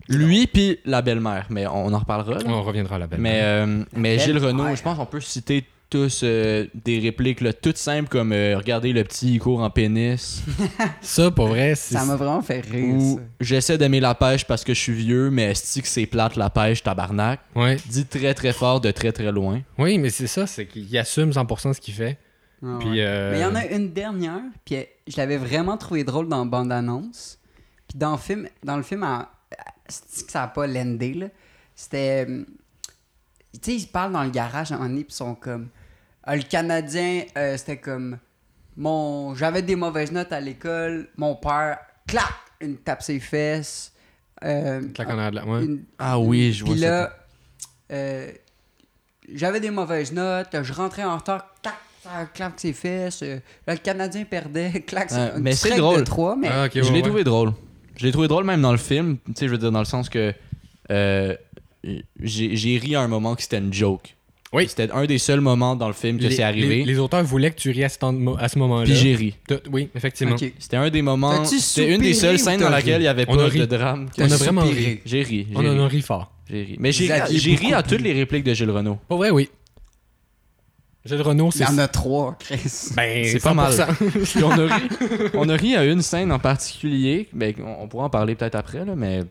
Speaker 3: Lui puis la belle-mère, mais on en reparlera. là.
Speaker 2: On reviendra là-bas.
Speaker 3: Mais, euh, mais
Speaker 1: Belle
Speaker 3: Gilles Renault,
Speaker 1: paire.
Speaker 3: je pense qu'on peut citer tous euh, des répliques là, toutes simples comme euh, Regardez le petit, il court en pénis. euh,
Speaker 2: ça, pour vrai, c'est.
Speaker 1: Ça m'a vraiment fait rire.
Speaker 3: ou
Speaker 1: ça.
Speaker 3: J'essaie d'aimer la pêche parce que je suis vieux, mais est que c'est plate la pêche, tabarnak.
Speaker 2: Ouais.
Speaker 3: Dit très très fort de très très loin.
Speaker 2: Oui, mais c'est ça, c'est qu'il assume 100% ce qu'il fait.
Speaker 1: Ah,
Speaker 2: Puis,
Speaker 1: ouais.
Speaker 2: euh,
Speaker 1: Mais il y en a une dernière, puis elle- je l'avais vraiment trouvé drôle dans bande annonce. Puis dans le film, dans le film, elle- elle- c'est-tu que ça n'a pas l'endé là. C'était, hum, tu sais, ils parlent dans le garage en nez, puis ils sont comme, Ah, le Canadien, euh, c'était comme, mon, j'avais des mauvaises notes à l'école, mon père, clac, une tape ses fesses. euh,
Speaker 2: claque en arrière de la- ouais.
Speaker 1: une-
Speaker 3: Ah oui, je vois
Speaker 1: puis
Speaker 3: ça.
Speaker 1: là, euh, j'avais des mauvaises notes, je rentrais en retard, clac, ça claque ses fesses. euh, là, le Canadien perdait, clac,
Speaker 3: Ouais,
Speaker 1: une
Speaker 3: mais
Speaker 1: petite
Speaker 3: c'est
Speaker 1: règle
Speaker 3: drôle.
Speaker 1: De 3, mais
Speaker 2: Ah, ok,
Speaker 3: je
Speaker 2: ouais,
Speaker 3: l'ai
Speaker 2: ouais.
Speaker 3: trouvé drôle. Je l'ai trouvé drôle même dans le film. Tu sais, je veux dire, dans le sens que euh, j'ai j'ai ri à un moment que c'était une joke.
Speaker 2: Oui.
Speaker 3: C'était un des seuls moments dans le film que
Speaker 2: Les-
Speaker 3: c'est arrivé.
Speaker 2: Les, les auteurs voulaient que tu ries à ce, temps de mo- à ce moment-là.
Speaker 3: Puis j'ai ri.
Speaker 2: T'as- Oui, effectivement.
Speaker 1: Ok.
Speaker 3: C'était un des moments.
Speaker 1: T'as-tu
Speaker 3: C'était une
Speaker 1: soupiré
Speaker 3: des seules
Speaker 1: ou
Speaker 3: scènes
Speaker 1: t'as
Speaker 3: dans
Speaker 1: ri?
Speaker 3: laquelle il n'y avait
Speaker 2: On
Speaker 3: pas
Speaker 2: a ri.
Speaker 3: de drame.
Speaker 2: On a vraiment
Speaker 1: soupiré.
Speaker 2: ri.
Speaker 3: J'ai ri. j'ai
Speaker 2: On en a
Speaker 3: ri,
Speaker 2: ri fort.
Speaker 3: J'ai ri. Oh, Mais j'ai
Speaker 1: Vous aviez
Speaker 3: j'ai ri
Speaker 1: beaucoup
Speaker 3: à toutes les répliques de Gilles Renaud.
Speaker 2: Pour vrai, oui. Gilles Renault,
Speaker 1: il y
Speaker 2: c'est.
Speaker 1: en a 3, Chris.
Speaker 2: Ben,
Speaker 3: C'est pas mal.
Speaker 2: 100%.
Speaker 3: Puis on a ri, on a ri à une scène en particulier, ben, on, on pourra en parler peut-être après, là, mais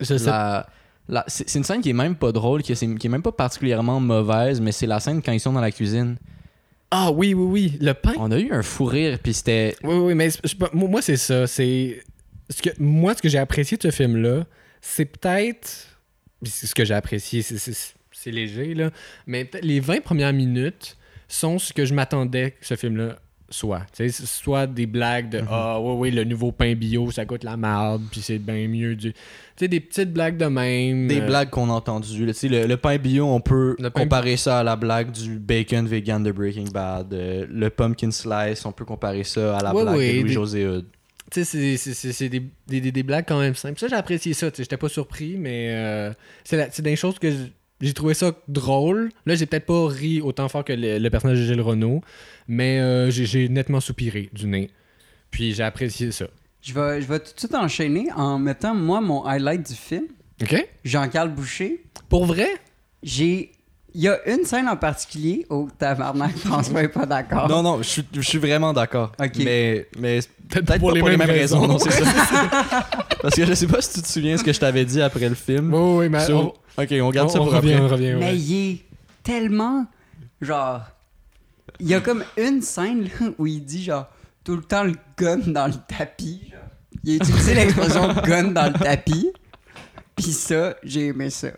Speaker 2: Je sais.
Speaker 3: la- la- c'est c'est une scène qui est même pas drôle, qui, est- qui est même pas particulièrement mauvaise, mais c'est la scène quand ils sont dans la cuisine.
Speaker 2: Ah oui, oui, oui. Le pain.
Speaker 3: On a eu un fou rire, puis c'était...
Speaker 2: Oui, oui, mais c'est- je sais pas, moi, moi, c'est ça. C'est ce que moi, ce que j'ai apprécié de ce film-là, c'est peut-être puis c'est ce que j'ai apprécié, c'est- c'est c'est léger là, mais peut-être les 20 premières minutes sont ce que je m'attendais que ce film-là soit. Tu sais, soit des blagues de
Speaker 3: Mhm.
Speaker 2: ah oui oui le nouveau pain bio ça coûte la merde puis c'est bien mieux du, tu sais des petites blagues de même.
Speaker 3: Des
Speaker 2: euh,
Speaker 3: blagues qu'on a entendues. là, tu sais, le, le pain bio, on peut
Speaker 2: Le pain
Speaker 3: comparer ça à la blague du bacon vegan de Breaking Bad. euh, le pumpkin slice, on peut comparer ça à la
Speaker 2: Ouais,
Speaker 3: blague
Speaker 2: ouais,
Speaker 3: de
Speaker 2: des-
Speaker 3: Louis-José Hood.
Speaker 2: Tu sais, c'est- c'est- c'est c'est des, des, des- des blagues quand même simples. Ça, j'ai apprécié ça. tu sais, J'étais pas surpris, mais euh, c'est la- c'est des choses que j- j'ai trouvé ça drôle. Là, j'ai peut-être pas ri autant fort que le, le personnage de Gilles Renault, mais euh, j'ai- j'ai nettement soupiré du nez. Puis j'ai apprécié ça.
Speaker 1: Je vais, je vais tout de suite enchaîner en mettant, moi, mon highlight du film,
Speaker 2: OK?
Speaker 1: Jean-Carl Boucher.
Speaker 2: Pour vrai?
Speaker 1: J'ai Il y a une scène en particulier où Tabarnak François est pas d'accord.
Speaker 3: Non, non, je suis- je suis vraiment d'accord.
Speaker 1: Ok.
Speaker 3: Mais, mais c'est peut-être
Speaker 2: pas
Speaker 3: pas pour les mêmes, raisons, non,
Speaker 2: raisons.
Speaker 3: c'est ça. Parce que je sais pas si tu te souviens ce que je t'avais dit après le film.
Speaker 2: Oui, oui, mais
Speaker 3: Sur-
Speaker 2: ben, on,
Speaker 3: Ok, on garde
Speaker 2: on-
Speaker 3: ça
Speaker 2: on
Speaker 3: pour
Speaker 2: revient,
Speaker 3: après.
Speaker 2: on revient. ouais.
Speaker 1: Mais il est tellement. Genre. Il y a comme une scène là, où il dit, genre, tout le temps le gun dans le tapis. genre. Il a utilisé l'expression gun dans le tapis. Puis ça, j'ai aimé ça.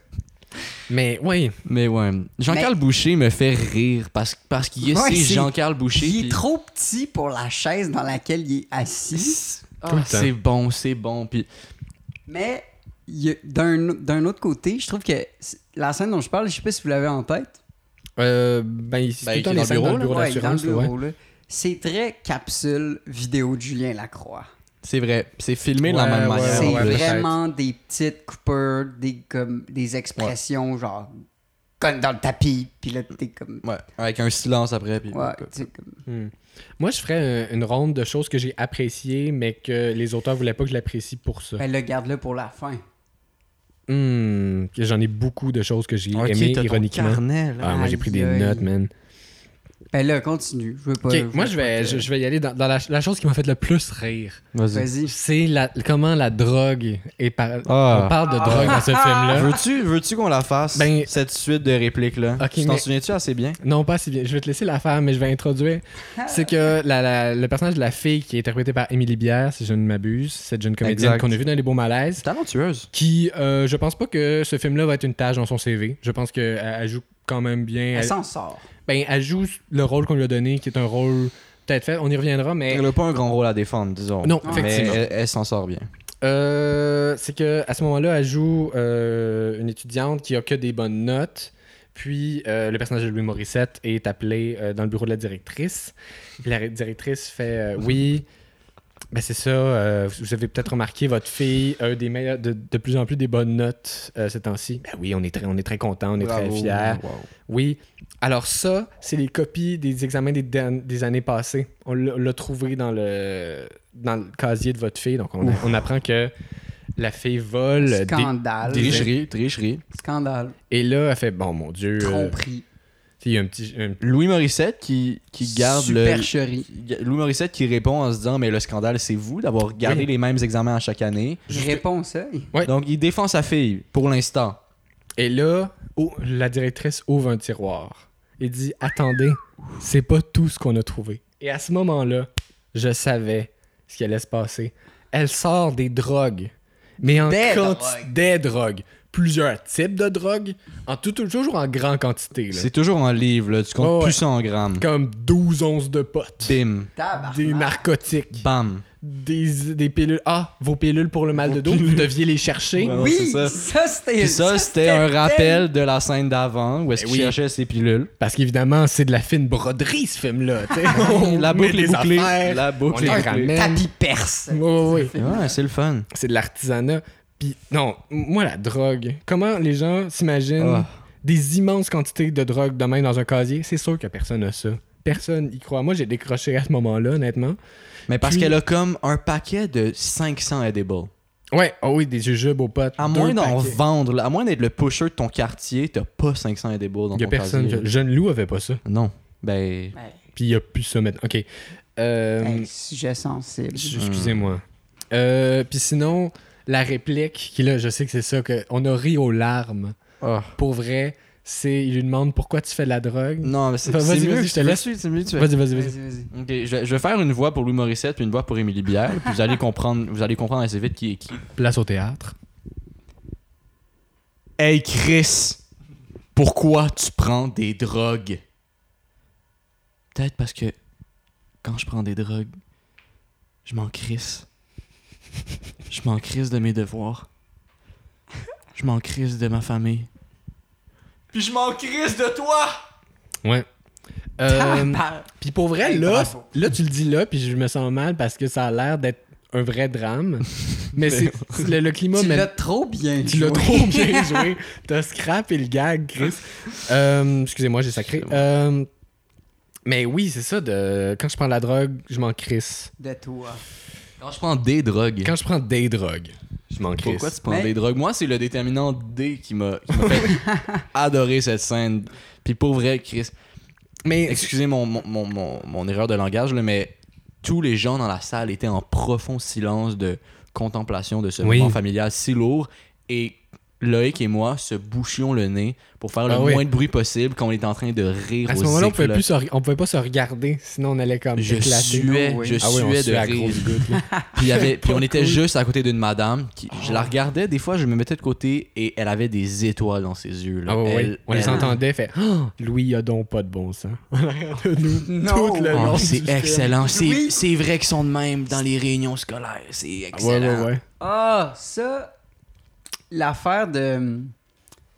Speaker 2: Mais oui,
Speaker 3: Mais ouais. Jean-Carl Boucher me fait rire parce, parce qu'il est
Speaker 1: Ouais, c'est-
Speaker 3: Jean-Carl Boucher.
Speaker 1: Il est
Speaker 3: puis-
Speaker 1: trop petit pour la chaise dans laquelle il est assis.
Speaker 3: Ah,
Speaker 2: Tout le temps.
Speaker 3: c'est bon, c'est bon. Puis
Speaker 1: Mais il y a- d'un d'un autre côté, je trouve que c- la scène dont je parle, je sais pas si vous l'avez en tête.
Speaker 2: euh, ben, c'est
Speaker 3: Ben,
Speaker 2: tout le temps
Speaker 3: qui est
Speaker 2: les
Speaker 3: dans le
Speaker 2: scènes dans le
Speaker 3: bureau,
Speaker 2: bureau
Speaker 1: Ouais,
Speaker 2: d'assurance.
Speaker 1: dans le
Speaker 2: là, ouais.
Speaker 1: bureau, là. C'est très capsule vidéo de Julien Lacroix.
Speaker 3: c'est vrai, c'est filmé de la
Speaker 2: Ouais,
Speaker 3: même
Speaker 2: ouais,
Speaker 3: manière.
Speaker 1: c'est
Speaker 3: en plus.
Speaker 2: ouais.
Speaker 1: vraiment des petites coupures, des, comme, des expressions genre comme dans le tapis, puis là t'es comme.
Speaker 3: Ouais, avec un silence après. Puis...
Speaker 1: Ouais, t'sais, comme-
Speaker 2: Hmm. Moi, je ferais un- une ronde de choses que j'ai appréciées, mais que les auteurs voulaient pas que je l'apprécie pour ça.
Speaker 1: Ben là, garde-le pour la fin.
Speaker 2: Hmm, J'en ai beaucoup de choses que j'ai
Speaker 3: Ok,
Speaker 2: aimées,
Speaker 3: t'as ton
Speaker 2: ironiquement.
Speaker 3: carnet, là.
Speaker 2: Ah, moi, j'ai pris des
Speaker 1: Aïe, aïe.
Speaker 2: notes, man.
Speaker 1: Ben là, continue. Je veux pas.
Speaker 2: Ok,
Speaker 1: je veux
Speaker 2: moi, je
Speaker 1: pas
Speaker 2: vais,
Speaker 1: que-
Speaker 2: je, je vais y aller dans, dans la, la chose qui m'a fait le plus rire.
Speaker 3: Vas-y.
Speaker 1: Vas-y.
Speaker 2: C'est la, comment la drogue est... par-
Speaker 3: Ah.
Speaker 2: On parle de drogue dans ce film-là.
Speaker 3: Veux-tu veux qu'on la fasse,
Speaker 2: Ben-
Speaker 3: cette suite de répliques-là
Speaker 2: Ok,
Speaker 3: Tu t'en
Speaker 2: mais-
Speaker 3: souviens-tu assez bien
Speaker 2: Non, pas si bien. Je vais te laisser la faire, mais je vais introduire. C'est que la- la- le personnage de la fille qui est interprétée par Émilie Bière, si je ne m'abuse, cette jeune comédienne
Speaker 3: Exact.
Speaker 2: qu'on a vue dans Les Beaux Malaises,
Speaker 3: Talentueuse.
Speaker 2: qui, euh, je pense pas que ce film-là va être une tâche dans son CV. Je pense qu'elle elle joue quand même bien.
Speaker 1: Elle
Speaker 2: Elle,
Speaker 1: s'en sort.
Speaker 2: ben, elle joue le rôle qu'on lui a donné, qui est un rôle peut-être fait. On y reviendra, mais
Speaker 3: Elle n'a pas un grand rôle à défendre, disons.
Speaker 2: Non,
Speaker 3: Mais
Speaker 2: effectivement.
Speaker 3: elle, elle s'en sort bien.
Speaker 2: Euh, c'est que à ce moment-là, elle joue euh, une étudiante qui a que des bonnes notes. Puis euh, le personnage de Louis Morissette est appelé euh, dans le bureau de la directrice. Puis la directrice fait euh, oui. Ben c'est ça, euh, vous avez peut-être remarqué, votre fille a des meilleures- de, de plus en plus des bonnes notes euh, ces temps-ci. Ben oui, on est très, on est très content, on est très
Speaker 3: Bravo.
Speaker 2: fiers.
Speaker 3: Wow.
Speaker 2: Oui. Alors ça, c'est les copies des examens des, derni- des années passées. On l'a on l'a trouvé dans le, dans le casier de votre fille. Donc, on, on apprend que la fille vole. des-
Speaker 1: Scandale.
Speaker 3: Des richeries, des richeries.
Speaker 1: Scandale.
Speaker 2: Et là, elle fait, bon, mon Dieu. euh,
Speaker 1: Tromperie.
Speaker 2: tu sais, il y a un petit... un-
Speaker 3: Louis Morissette qui, qui garde le.
Speaker 1: Supercherie.
Speaker 3: Louis Morissette qui répond en se disant Mais le scandale, c'est vous d'avoir gardé
Speaker 2: Oui.
Speaker 3: les mêmes examens à chaque année.
Speaker 1: Je réponds ça.
Speaker 2: Ouais.
Speaker 3: Donc, il défend sa fille pour l'instant.
Speaker 2: Et là, oh, la directrice ouvre un tiroir et dit, attendez, c'est pas tout ce qu'on a trouvé. Et à ce moment-là, je savais ce qui allait se passer. Elle sort des drogues, mais en
Speaker 1: Des
Speaker 2: quanti-
Speaker 1: drogues.
Speaker 2: des drogues, plusieurs types de drogues, en tout, tout- toujours en grande quantité, là.
Speaker 3: C'est toujours en livre, là. Tu comptes
Speaker 2: Oh, ouais.
Speaker 3: plus ça en grammes.
Speaker 2: comme 12 onces de potes,
Speaker 3: Bim.
Speaker 1: Tabarnak.
Speaker 2: des narcotiques,
Speaker 3: Bam.
Speaker 2: des, des pilules. Ah, vos pilules pour le mal de dos, vous deviez les chercher.
Speaker 3: Ouais. Non,
Speaker 1: Oui,
Speaker 3: c'est ça.
Speaker 1: ça c'était.
Speaker 3: Puis ça, c'était un rappel de la scène d'avant où est-ce
Speaker 2: Ben
Speaker 3: qu'il
Speaker 2: oui.
Speaker 3: cherchait ses pilules.
Speaker 2: Parce qu'évidemment, c'est de la fine broderie, ce film-là. tu sais. On
Speaker 3: La
Speaker 2: met
Speaker 3: boucle
Speaker 2: des
Speaker 3: est bouclée.
Speaker 2: affaires.
Speaker 3: La
Speaker 2: on
Speaker 3: boucle
Speaker 2: les
Speaker 3: est
Speaker 2: ramène.
Speaker 3: bouclée.
Speaker 1: Tapis perse.
Speaker 2: Oui, oui, oui.
Speaker 3: Ouais, c'est le fun.
Speaker 2: C'est de l'artisanat. Puis, non, m- moi, la drogue. Comment les gens s'imaginent
Speaker 3: Ah.
Speaker 2: des immenses quantités de drogue demain dans un casier? C'est sûr que personne n'a ça. Personne y croit. Moi, j'ai décroché à ce moment-là, honnêtement.
Speaker 3: Mais parce
Speaker 2: Puis-
Speaker 3: qu'elle a comme un paquet de 500 edibles.
Speaker 2: Ouais, ah oui, des jujubes aux potes.
Speaker 3: À
Speaker 2: deux
Speaker 3: moins d'en
Speaker 2: paquets.
Speaker 3: vendre, là, à moins d'être le pusher de ton quartier, t'as pas 500 edibles dans
Speaker 2: Il y
Speaker 3: ton
Speaker 2: a personne.
Speaker 3: casier.
Speaker 2: que- Jeune Lou avait pas ça.
Speaker 3: Non. Ben,
Speaker 1: Ouais.
Speaker 2: Puis, il y a plus ça maintenant. OK. Euh,
Speaker 1: Hey, sujet sensible.
Speaker 2: J- Excusez-moi. Euh, Puis sinon, la réplique, qui là, je sais que c'est ça, que on a ri aux larmes.
Speaker 3: Ah.
Speaker 2: Pour vrai, c'est. Il lui demande pourquoi tu fais de la drogue.
Speaker 3: non, mais c'est
Speaker 2: Vas-y,
Speaker 3: c'est
Speaker 2: vas-y,
Speaker 3: mieux.
Speaker 2: je te laisse.
Speaker 3: Vas-y, c'est mieux, tu vas-
Speaker 2: Vas-y, vas-y, vas-y.
Speaker 1: Vas-y, vas-y.
Speaker 3: Ok, je, vais- je vais faire une voix pour Louis Morissette puis une voix pour Émilie Bière, puis vous allez comprendre, vous allez comprendre assez vite qui est qui.
Speaker 2: Place au théâtre.
Speaker 3: Hey Chris, pourquoi tu prends des drogues? Peut-être parce que quand je prends des drogues, je m'en crisse. Je m'en crisse de mes devoirs. Je m'en crisse de ma famille. Puis je m'en crisse de toi!
Speaker 2: Ouais. Euh,
Speaker 1: Tabarnak.
Speaker 2: Puis pour vrai,
Speaker 1: Hey,
Speaker 2: là,
Speaker 1: bravo.
Speaker 2: là, tu le dis là, puis je me sens mal parce que ça a l'air d'être un vrai drame. Mais c'est le, le climat.
Speaker 1: Tu
Speaker 2: mais-
Speaker 1: l'as trop bien
Speaker 2: Tu l'as
Speaker 1: joué.
Speaker 2: trop bien joué. T'as scrap et le gag, Chris. Euh, Excusez-moi, j'ai sacré. Euh, mais oui, c'est ça. De... Quand je prends la drogue, je m'en crisse.
Speaker 1: de toi.
Speaker 3: Quand je prends des drogues,
Speaker 2: Quand je prends des drogues, Je m'en crisse.
Speaker 3: Pourquoi tu prends
Speaker 1: Mais-
Speaker 3: des drogues? Moi, c'est le déterminant D qui m'a qui m'a fait adorer cette scène. Puis pour vrai, Chris,
Speaker 2: Mais
Speaker 3: excusez mon, mon, mon, mon, mon erreur de langage, là, mais tous les gens dans la salle étaient en profond silence de contemplation de ce
Speaker 2: Oui.
Speaker 3: moment familial si lourd. Et Loïc et moi se bouchions le nez pour faire le
Speaker 2: Ah oui.
Speaker 3: moins de bruit possible quand on était en train de rire
Speaker 2: à ce
Speaker 3: aux
Speaker 2: moment-là, on pouvait
Speaker 3: éclats.
Speaker 2: plus se re- on pouvait pas se regarder, sinon on allait comme
Speaker 3: Je
Speaker 2: éclater.
Speaker 3: suais,
Speaker 1: non, oui.
Speaker 3: je
Speaker 2: ah ouais, on
Speaker 3: suais
Speaker 2: suait
Speaker 3: de
Speaker 2: à
Speaker 3: rire.
Speaker 2: grosses gouttes, là.
Speaker 3: Puis, il y avait, puis on était
Speaker 2: cool. Ah.
Speaker 3: juste à côté d'une madame. Qui, Je la regardais, des fois, je me mettais de côté et elle avait des étoiles dans ses yeux. Là.
Speaker 2: Ah ouais, ouais.
Speaker 3: Elle-
Speaker 2: On les
Speaker 3: elle-
Speaker 2: entendait, fait oh, Louis, il a donc pas de bon sens.
Speaker 1: Non.
Speaker 2: Tout le
Speaker 3: Ah,
Speaker 2: long.
Speaker 3: c'est
Speaker 2: du film.
Speaker 3: excellent. C'est
Speaker 1: Oui.
Speaker 3: c'est vrai qu'ils sont de même dans les réunions scolaires. C'est
Speaker 2: Ah Ouais,
Speaker 3: excellent.
Speaker 2: ouais, ouais.
Speaker 1: Ah, ça, l'affaire de.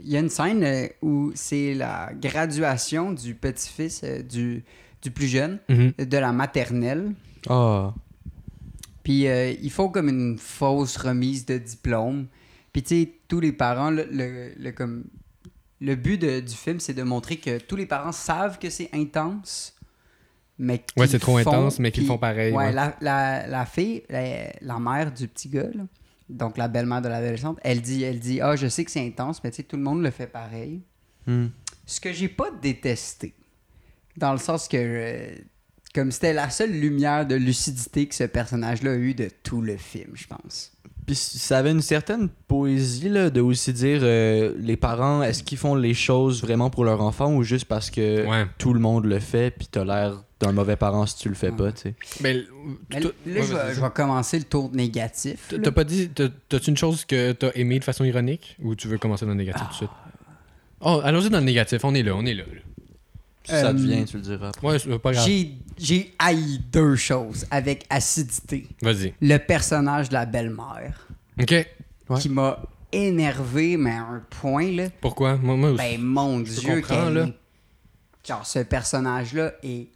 Speaker 1: Il y a une scène euh, où c'est la graduation du petit-fils euh, du, du plus jeune,
Speaker 2: Mhm.
Speaker 1: de la maternelle.
Speaker 3: Ah.
Speaker 1: Puis euh, ils font comme une fausse remise de diplôme. Puis tu sais, tous les parents, le, le- le comme, le but de- du film, c'est de montrer que tous les parents savent que c'est intense. Mais qu'ils
Speaker 2: Ouais, c'est trop
Speaker 1: font,
Speaker 2: intense, mais qu'ils
Speaker 1: puis-
Speaker 2: font pareil,
Speaker 1: Ouais,
Speaker 2: ouais.
Speaker 1: La, la- la fille, la, la mère du petit gars, là, donc la belle-mère de l'adolescente, elle dit, elle dit, ah, je sais que c'est intense, mais tu sais, tout le monde le fait pareil.
Speaker 3: Hmm.
Speaker 1: Ce que j'ai pas détesté, dans le sens que, euh, comme c'était la seule lumière de lucidité que ce personnage-là a eu de tout le film, je pense.
Speaker 3: Puis ça avait une certaine poésie là, de aussi dire euh, les parents, est-ce qu'ils font les choses vraiment pour leur enfant ou juste parce que
Speaker 2: Ouais.
Speaker 3: tout le monde le fait, puis t'as l'air d'un mauvais parent si tu le fais pas, tu sais.
Speaker 2: Mais,
Speaker 1: Mais
Speaker 2: tout-
Speaker 1: là, je
Speaker 2: ouais,
Speaker 1: vais, je vais commencer le tour négatif.
Speaker 2: T-
Speaker 1: là.
Speaker 2: T'as pas dit. t'as- T'as-tu une chose que t'as aimée de façon ironique ou tu veux commencer dans le négatif tout de suite Oh, allons-y dans le négatif, on est là, on est là. là.
Speaker 3: Si ça
Speaker 1: Euh,
Speaker 3: te vient, tu le diras. après.
Speaker 2: Ouais, c'est pas grave.
Speaker 1: J'ai- J'ai haï deux choses avec acidité.
Speaker 2: Vas-y.
Speaker 1: Le personnage de la belle-mère,
Speaker 2: Ok.
Speaker 3: Ouais.
Speaker 1: qui m'a énervé, mais à un point, là,
Speaker 2: Pourquoi Moi, moi aussi.
Speaker 1: Ben, mon
Speaker 2: je
Speaker 1: Dieu,
Speaker 2: comprends,
Speaker 1: qu'elle-
Speaker 2: là.
Speaker 1: Genre, ce personnage-là est.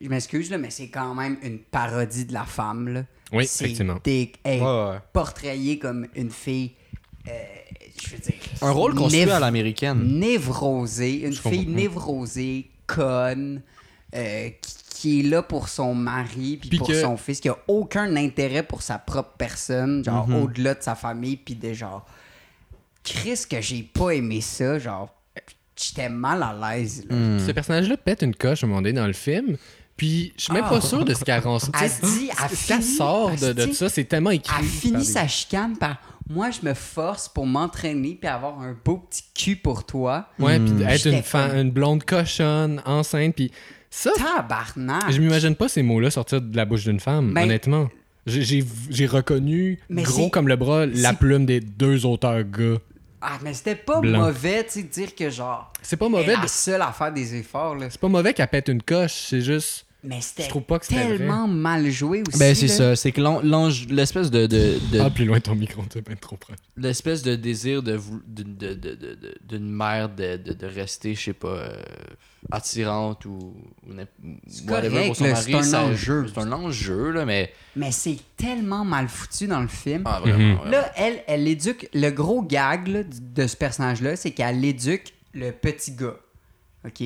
Speaker 1: Je m'excuse, là, mais c'est quand même une parodie de la femme, là.
Speaker 2: Oui,
Speaker 1: C'est
Speaker 2: effectivement.
Speaker 1: dick- elle est
Speaker 3: Ouais, ouais.
Speaker 1: portrayée comme une fille. euh, je veux dire.
Speaker 3: Un rôle construit
Speaker 1: név-
Speaker 3: à l'américaine.
Speaker 1: Névrosée, une
Speaker 2: Mm. Je
Speaker 1: fille
Speaker 2: comprends.
Speaker 1: névrosée, conne, euh, qui, qui est là pour son mari puis
Speaker 2: Puis
Speaker 1: pour
Speaker 2: que-
Speaker 1: son fils, qui a aucun intérêt pour sa propre personne, genre
Speaker 2: Mm-hmm.
Speaker 1: au-delà de sa famille puis de genre. Chris, que j'ai pas aimé ça, genre. J'étais mal à l'aise. là.
Speaker 2: Ce personnage-là pète une coche à un moment donné dans le film, puis je suis même pas sûr de ce qu'elle rend.
Speaker 1: Ah. Elle dit, elle
Speaker 2: ce qu'elle
Speaker 1: finit-
Speaker 2: sort de, de
Speaker 1: Asti.
Speaker 2: ça, c'est tellement écrit.
Speaker 1: Elle
Speaker 2: par
Speaker 1: finit
Speaker 2: des-
Speaker 1: sa chicane par Moi, je me force pour m'entraîner puis avoir un beau petit cul pour toi.
Speaker 2: Ouais, puis être
Speaker 1: J'étais
Speaker 2: une, fan-
Speaker 1: comme-
Speaker 2: une blonde cochonne, enceinte, puis ça,
Speaker 1: Tabarnak!
Speaker 2: je m'imagine pas ces mots-là sortir de la bouche d'une femme,
Speaker 1: Ben-
Speaker 2: honnêtement. J'ai- J'ai j'ai reconnu,
Speaker 1: Mais
Speaker 2: gros
Speaker 1: c'est-
Speaker 2: comme le bras, la
Speaker 1: c'est-
Speaker 2: plume des deux auteurs gars.
Speaker 1: Ah, mais c'était pas
Speaker 2: Blanc.
Speaker 1: mauvais, tu sais, de dire que genre.
Speaker 2: C'est pas mauvais
Speaker 1: elle est
Speaker 2: de-
Speaker 1: la seule à faire des efforts, là.
Speaker 2: C'est pas mauvais qu'elle pète une coche, c'est juste.
Speaker 1: Mais c'était
Speaker 2: Je trouve pas que c'était
Speaker 1: tellement mal joué aussi.
Speaker 3: Ben c'est
Speaker 1: là.
Speaker 3: ça, c'est que l'an- l'ange, l'espèce de, de, de-
Speaker 2: Ah, plus loin de ton micro, t'es bien trop proche.
Speaker 3: l'espèce de désir de vou- d'une de, de- de- de- d'une mère de, de, de rester, je sais pas, euh, attirante ou, ou n'im-
Speaker 1: C'est
Speaker 3: whatever
Speaker 1: correct,
Speaker 3: pour son
Speaker 1: là,
Speaker 3: mari,
Speaker 1: c'est un
Speaker 3: ça-
Speaker 1: enjeu.
Speaker 3: C'est un enjeu là, mais
Speaker 1: Mais c'est tellement mal foutu dans le film.
Speaker 3: ah, vraiment,
Speaker 2: Mhm.
Speaker 3: vraiment.
Speaker 1: Là, elle, elle éduque. Le gros gag là, du- de ce personnage-là, c'est qu'elle éduque le petit gars. OK?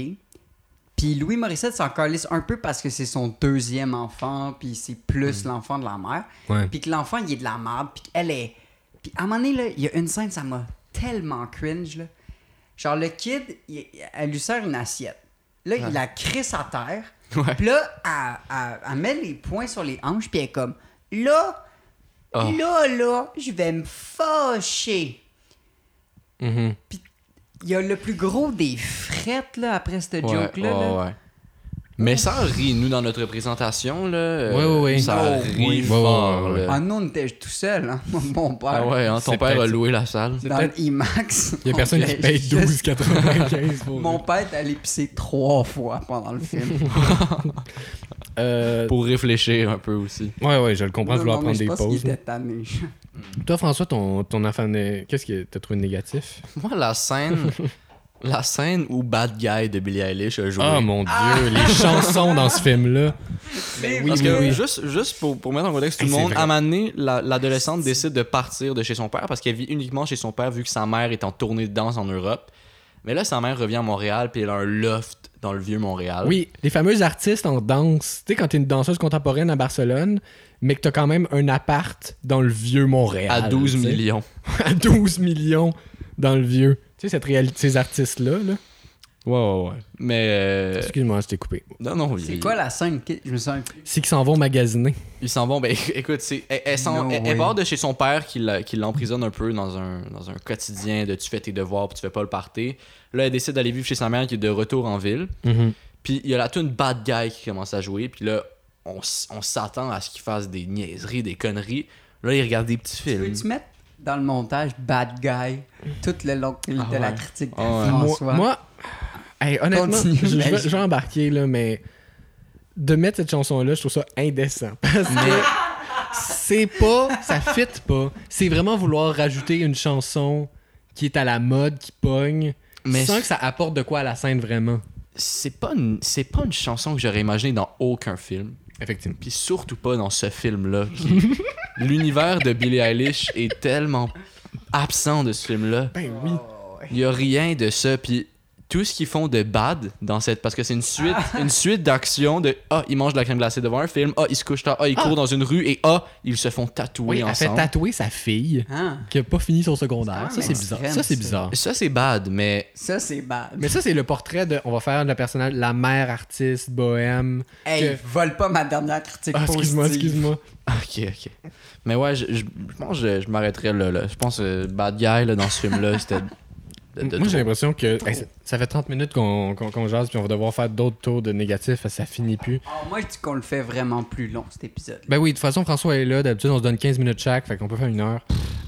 Speaker 1: Puis Louis Morissette s'en calisse un peu parce que c'est son deuxième enfant, puis c'est plus l'enfant de la mère.
Speaker 2: Ouais.
Speaker 1: Puis que l'enfant, il est de la merde, puis elle est. Puis à un moment donné, là, il y a une scène, ça m'a tellement cringe. Là. Genre, le kid, il- elle lui sert une assiette. Là, il la crisse à terre.
Speaker 3: Ouais.
Speaker 1: Puis là, elle, elle- elle met les poings sur les hanches, puis elle est comme Là,
Speaker 2: Oh.
Speaker 3: Ah.
Speaker 1: là, là, je vais me fâcher.
Speaker 2: Mhm.
Speaker 1: Il y a le plus gros des frettes là, après ce
Speaker 3: Ouais,
Speaker 1: joke-là.
Speaker 3: ouais,
Speaker 1: là.
Speaker 3: ouais. Mais ça rit, nous, dans notre présentation, là. euh,
Speaker 2: Ouais, ouais, ouais.
Speaker 3: Ça
Speaker 2: Oh,
Speaker 3: rit
Speaker 2: oui.
Speaker 3: fort,
Speaker 2: Ouais, ouais, ouais,
Speaker 3: là.
Speaker 1: Ah non, on était tout seul, hein, mon père.
Speaker 3: Ah ouais, hein, ton
Speaker 2: C'est
Speaker 3: père a
Speaker 2: peut-être-
Speaker 3: loué la salle.
Speaker 1: Dans
Speaker 2: peut-être-
Speaker 1: l'IMAX.
Speaker 2: Y a
Speaker 1: on
Speaker 2: personne qui
Speaker 1: était
Speaker 2: paye
Speaker 1: Oh, juste-
Speaker 2: 12,95 pour.
Speaker 1: Mon père est allé pisser trois fois pendant le film.
Speaker 2: Euh,
Speaker 3: Pour réfléchir un peu aussi.
Speaker 2: Ouais, ouais, je le comprends,
Speaker 1: Non,
Speaker 2: vouloir
Speaker 1: non, mais
Speaker 2: prendre des
Speaker 1: je pense qu'il
Speaker 2: pauses.
Speaker 1: était tanné.
Speaker 2: Toi, François, ton, ton enfant, né- qu'est-ce que t'as trouvé de négatif?
Speaker 3: Moi, la scène. la scène où Bad Guy de Billie Eilish a joué.
Speaker 2: Ah mon dieu, les chansons dans ce film-là.
Speaker 1: C'est
Speaker 2: oui,
Speaker 3: Parce
Speaker 1: vrai.
Speaker 3: que
Speaker 2: oui, oui.
Speaker 3: juste, juste pour, pour mettre en contexte tout
Speaker 2: Hey,
Speaker 3: le
Speaker 2: c'est
Speaker 3: monde,
Speaker 2: vrai.
Speaker 3: à un moment donné, la- l'adolescente décide de partir de chez son père parce qu'elle vit uniquement chez son père vu que sa mère est en tournée de danse en Europe. Mais là, sa mère revient à Montréal puis elle a un loft dans le vieux Montréal.
Speaker 2: Oui, les fameuses artistes en danse. Tu sais, quand t'es une danseuse contemporaine à Barcelone, mais que t'as quand même un appart dans le vieux Montréal.
Speaker 3: à 12
Speaker 2: tu sais.
Speaker 3: millions.
Speaker 2: à 12 millions dans le vieux. Tu sais, cette réalité, ces artistes-là. Là.
Speaker 3: Ouais, ouais, ouais. Mais. euh,
Speaker 2: Excuse-moi, je t'ai coupé.
Speaker 3: Non, non,
Speaker 1: C'est
Speaker 3: il-
Speaker 1: quoi la scène? qui- Je me sens.
Speaker 2: C'est qu'ils s'en vont magasiner.
Speaker 3: Ils s'en vont. Ben, écoute, c'est, elle, elle s'en-
Speaker 1: No
Speaker 3: elle- elle
Speaker 1: way.
Speaker 3: part de chez son père qui, l'a- qui l'emprisonne un peu dans un, dans un quotidien de tu fais tes devoirs puis tu fais pas le party. Là, elle décide d'aller vivre chez sa mère qui est de retour en ville. Puis il y a la tune Bad Guy qui commence à jouer. Puis là, on, s- on s'attend à ce qu'il fasse des niaiseries, des conneries. Là, il regarde des petits films.
Speaker 1: Peux-tu mettre dans le montage Bad Guy tout le long de
Speaker 3: Ah
Speaker 1: la
Speaker 3: ouais.
Speaker 1: critique de
Speaker 3: Ah ouais.
Speaker 1: François?
Speaker 2: Moi, moi hey, honnêtement,
Speaker 1: Continue,
Speaker 2: je, je vais,
Speaker 1: vas-y.
Speaker 2: je vais embarquer, là, mais de mettre cette chanson-là, je trouve ça indécent. Parce que c'est pas, ça fit pas. C'est vraiment vouloir rajouter une chanson qui est à la mode, qui pogne,
Speaker 3: Mais
Speaker 2: sans que ça apporte de quoi à la scène vraiment.
Speaker 3: C'est pas, une, c'est pas une chanson que j'aurais imaginée dans aucun film.
Speaker 2: Effectivement.
Speaker 3: Puis surtout pas dans ce film-là. qui- L'univers de Billie Eilish est tellement absent de ce film-là.
Speaker 2: Ben oui.
Speaker 3: Il y a rien de ça. Puis tout ce qu'ils font de bad dans cette. Parce que c'est une suite, une suite d'actions de Ah, ils mangent de la crème glacée devant un film. Ah, ils se couchent tard. Ah, ils courent dans une rue. Et Ah, ils se font
Speaker 2: Oui,
Speaker 3: tatouer
Speaker 2: elle fait
Speaker 3: ensemble.
Speaker 2: tatouer sa fille
Speaker 1: Hein?
Speaker 2: qui a pas fini son secondaire.
Speaker 1: Ah,
Speaker 2: ça, c'est
Speaker 1: mais
Speaker 2: bizarre.
Speaker 1: extrême,
Speaker 2: Ça, c'est
Speaker 1: ça.
Speaker 2: bizarre.
Speaker 3: Ah. Ça, c'est bad, mais.
Speaker 1: Ça, c'est bad.
Speaker 2: Mais ça, c'est le portrait de. On va faire le personnage, la mère artiste, bohème.
Speaker 1: Hey,
Speaker 2: que-
Speaker 1: vole pas ma dernière critique
Speaker 2: Ah,
Speaker 1: positive.
Speaker 2: excuse-moi, excuse-moi.
Speaker 3: Ok, ok. Mais ouais, je, je, je pense que je, je m'arrêterais là, là. Je pense que Bad Guy, là, dans ce film-là, c'était. de- de
Speaker 2: Moi, j'ai
Speaker 3: trop.
Speaker 2: l'impression que hey, ça- ça fait 30 minutes qu'on qu'on- qu'on jase, puis on va devoir faire d'autres tours de négatifs, parce que ça finit plus.
Speaker 1: Ah, moi, je dis qu'on le fait vraiment plus long, cet épisode.
Speaker 2: Ben oui, de toute façon, François est là. D'habitude, on se donne 15 minutes chaque, fait qu'on peut faire une heure.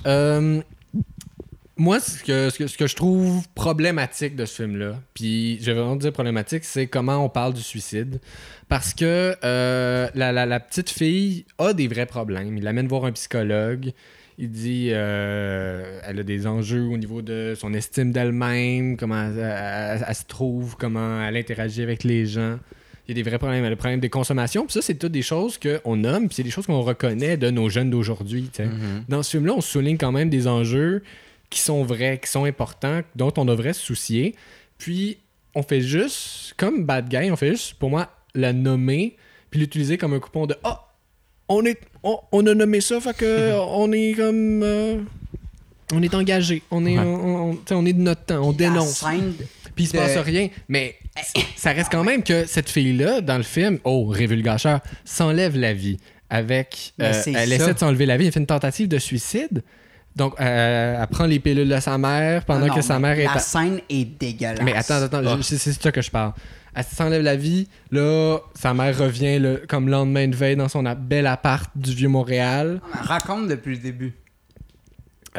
Speaker 2: Euh, moi, ce que, ce, que, ce que je trouve problématique de ce film-là, puis je vais vraiment dire problématique, c'est comment on parle du suicide. Parce que euh, la, la- la petite fille a des vrais problèmes. Il l'amène voir un psychologue. Il dit euh, elle a des enjeux au niveau de son estime d'elle-même, comment elle, elle- elle se trouve, comment elle interagit avec les gens. Il y a des vrais problèmes. Elle a le problème des consommations. Puis ça, c'est toutes des choses qu'on nomme, puis c'est des choses qu'on reconnaît de nos jeunes d'aujourd'hui. tu sais.
Speaker 3: Mhm.
Speaker 2: Dans ce film-là, on souligne quand même des enjeux qui sont vrais, qui sont importants, dont on devrait se soucier. Puis, on fait juste, comme Bad Guy, on fait juste, pour moi, la nommer, puis l'utiliser comme un coupon de Ah, on, est, on, on a nommé ça, fait que on est comme. euh, on est engagé, on est,
Speaker 3: Ouais.
Speaker 2: on, on- tu sais, on est de notre temps, on
Speaker 1: La
Speaker 2: dénonce.
Speaker 1: scène de-
Speaker 2: Puis il se
Speaker 1: de-
Speaker 2: passe rien. Mais ça reste quand même que cette fille-là, dans le film, oh, révulgacheur, s'enlève la vie avec.
Speaker 1: Mais
Speaker 2: euh,
Speaker 1: Ben, c'est
Speaker 2: elle
Speaker 1: ça.
Speaker 2: essaie de s'enlever la vie. Elle fait une tentative de suicide. Donc, euh, elle prend les pilules de sa mère pendant
Speaker 1: Non, non,
Speaker 2: que sa
Speaker 1: mais
Speaker 2: mère est.
Speaker 1: La Oh.
Speaker 2: à-
Speaker 1: scène est dégueulasse.
Speaker 2: Mais attends, attends,
Speaker 3: Ah.
Speaker 2: je- c'est c'est de ça que je parle. Elle s'enlève la vie. Là, sa mère revient le, comme lendemain de veille dans son a- bel appart du vieux Montréal.
Speaker 1: On en raconte depuis le début.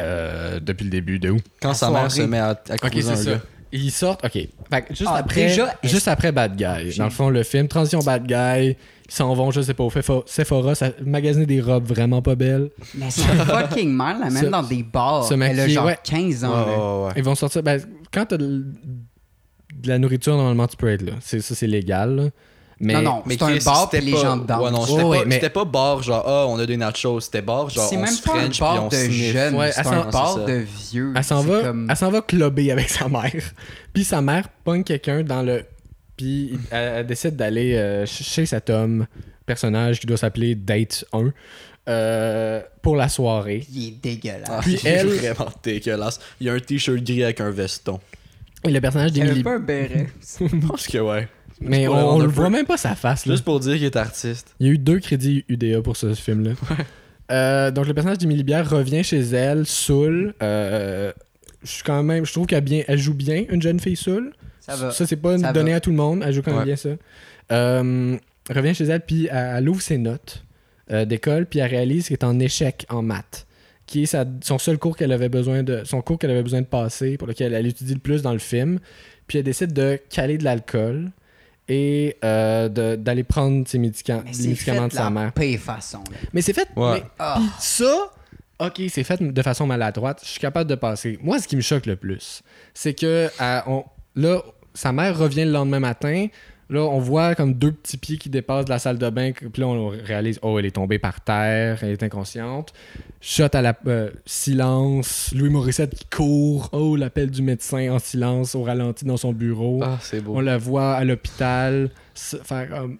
Speaker 2: Euh, depuis le début, de où
Speaker 3: Quand
Speaker 1: La
Speaker 3: sa mère se
Speaker 1: soirée.
Speaker 3: met à, à
Speaker 2: Ok,
Speaker 3: croiser
Speaker 2: c'est
Speaker 3: un
Speaker 2: ça.
Speaker 3: gars.
Speaker 2: Ils sortent, ok. Fait que juste
Speaker 1: Ah,
Speaker 2: après,
Speaker 1: déjà, est-ce-
Speaker 2: juste après Bad Guy. Dans le fond, le film, transition Bad Guy, ils s'en vont, je sais pas, au Fefo- Sephora, ça, magasiner des robes vraiment pas belles.
Speaker 1: Mais sa fucking mère l'amène
Speaker 2: Ce-
Speaker 1: dans des bars.
Speaker 2: ce mec
Speaker 1: Elle a
Speaker 2: qui-
Speaker 1: genre
Speaker 2: ouais.
Speaker 1: 15
Speaker 3: Ah,
Speaker 1: ans. là.
Speaker 2: Ils vont sortir. Ben, quand t'as de, de la nourriture, normalement, tu peux être là. C'est, ça, c'est légal. là. Mais
Speaker 1: Non, non,
Speaker 3: Mais
Speaker 1: c'est un
Speaker 3: Chris,
Speaker 1: bar
Speaker 3: c'était
Speaker 1: puis les
Speaker 3: pas-
Speaker 1: gens
Speaker 3: Ouais, non,
Speaker 1: dansent.
Speaker 3: c'était
Speaker 2: Ouais, ouais,
Speaker 3: pas,
Speaker 2: mais-
Speaker 3: c'était pas bar genre, ah, on a des nachos. C'était bar genre,
Speaker 1: C'est
Speaker 3: on
Speaker 1: même
Speaker 3: se
Speaker 1: pas un
Speaker 3: French puis
Speaker 1: bar
Speaker 3: on
Speaker 1: de
Speaker 3: sniff.
Speaker 1: jeunes,
Speaker 2: Ouais,
Speaker 1: c'est
Speaker 2: elle
Speaker 1: un
Speaker 2: s'en-
Speaker 1: bar
Speaker 3: c'est ça.
Speaker 1: de vieux.
Speaker 2: elle s'en
Speaker 1: C'est
Speaker 2: va,
Speaker 1: comme-
Speaker 2: elle s'en va clubber avec sa mère. Puis sa mère pogne quelqu'un dans le. Puis elle, elle décide d'aller euh, ch- chez cet homme, personnage qui doit s'appeler Date 1, euh, pour la soirée.
Speaker 1: Il est
Speaker 3: Ah,
Speaker 1: dégueulasse.
Speaker 2: Puis
Speaker 3: c'est
Speaker 2: elle-
Speaker 3: vraiment dégueulasse. Il y a un t-shirt gris avec un veston.
Speaker 2: Et le personnage
Speaker 1: Il
Speaker 2: d'Emily.
Speaker 1: pas un béret.
Speaker 3: Je pense que ouais.
Speaker 2: Mais
Speaker 3: pour le
Speaker 2: on, on
Speaker 3: rendre
Speaker 2: le
Speaker 3: un peu-
Speaker 2: voit même pas sa face. Là.
Speaker 3: Juste pour dire qu'il est artiste.
Speaker 2: Il y a eu deux crédits UDA pour ce film-là. Euh, donc le personnage d'Emilie Bière revient chez elle, saoule. Euh, je suis quand même, je trouve qu'elle bien, elle joue bien une jeune fille saoule.
Speaker 1: Ça va.
Speaker 2: c'est pas
Speaker 1: Ça
Speaker 2: donné
Speaker 1: va.
Speaker 2: à tout le monde. Elle joue quand même
Speaker 3: Ouais.
Speaker 2: bien ça. Euh, revient chez elle, puis elle, elle ouvre ses notes euh, d'école, puis elle réalise qu'elle est en échec en maths, qui est sa- son seul cours qu'elle avait besoin de, son cours qu'elle avait besoin de passer, pour lequel elle étudie le plus dans le film. Puis elle décide de caler de l'alcool et euh, de- d'aller prendre ses médicaments,
Speaker 1: Mais
Speaker 2: les
Speaker 1: c'est fait
Speaker 2: médicaments de
Speaker 1: de
Speaker 2: sa mère.
Speaker 1: la pire façon. là.
Speaker 2: Mais c'est fait.
Speaker 3: Ouais.
Speaker 2: mais-
Speaker 1: Ah.
Speaker 2: puis ça, ok, c'est fait de façon maladroite. Je suis capable de passer. Moi, ce qui me choque le plus, c'est que euh, on- là, sa mère revient le lendemain matin. Là, on voit comme deux petits pieds qui dépassent de la salle de bain. que- Puis là, on réalise, oh, elle est tombée par terre, elle est inconsciente. Shot à la euh, silence. Louis Morissette qui court. Oh, l'appel du médecin en silence, au ralenti dans son bureau.
Speaker 3: Ah, c'est beau.
Speaker 2: On la voit à l'hôpital se faire comme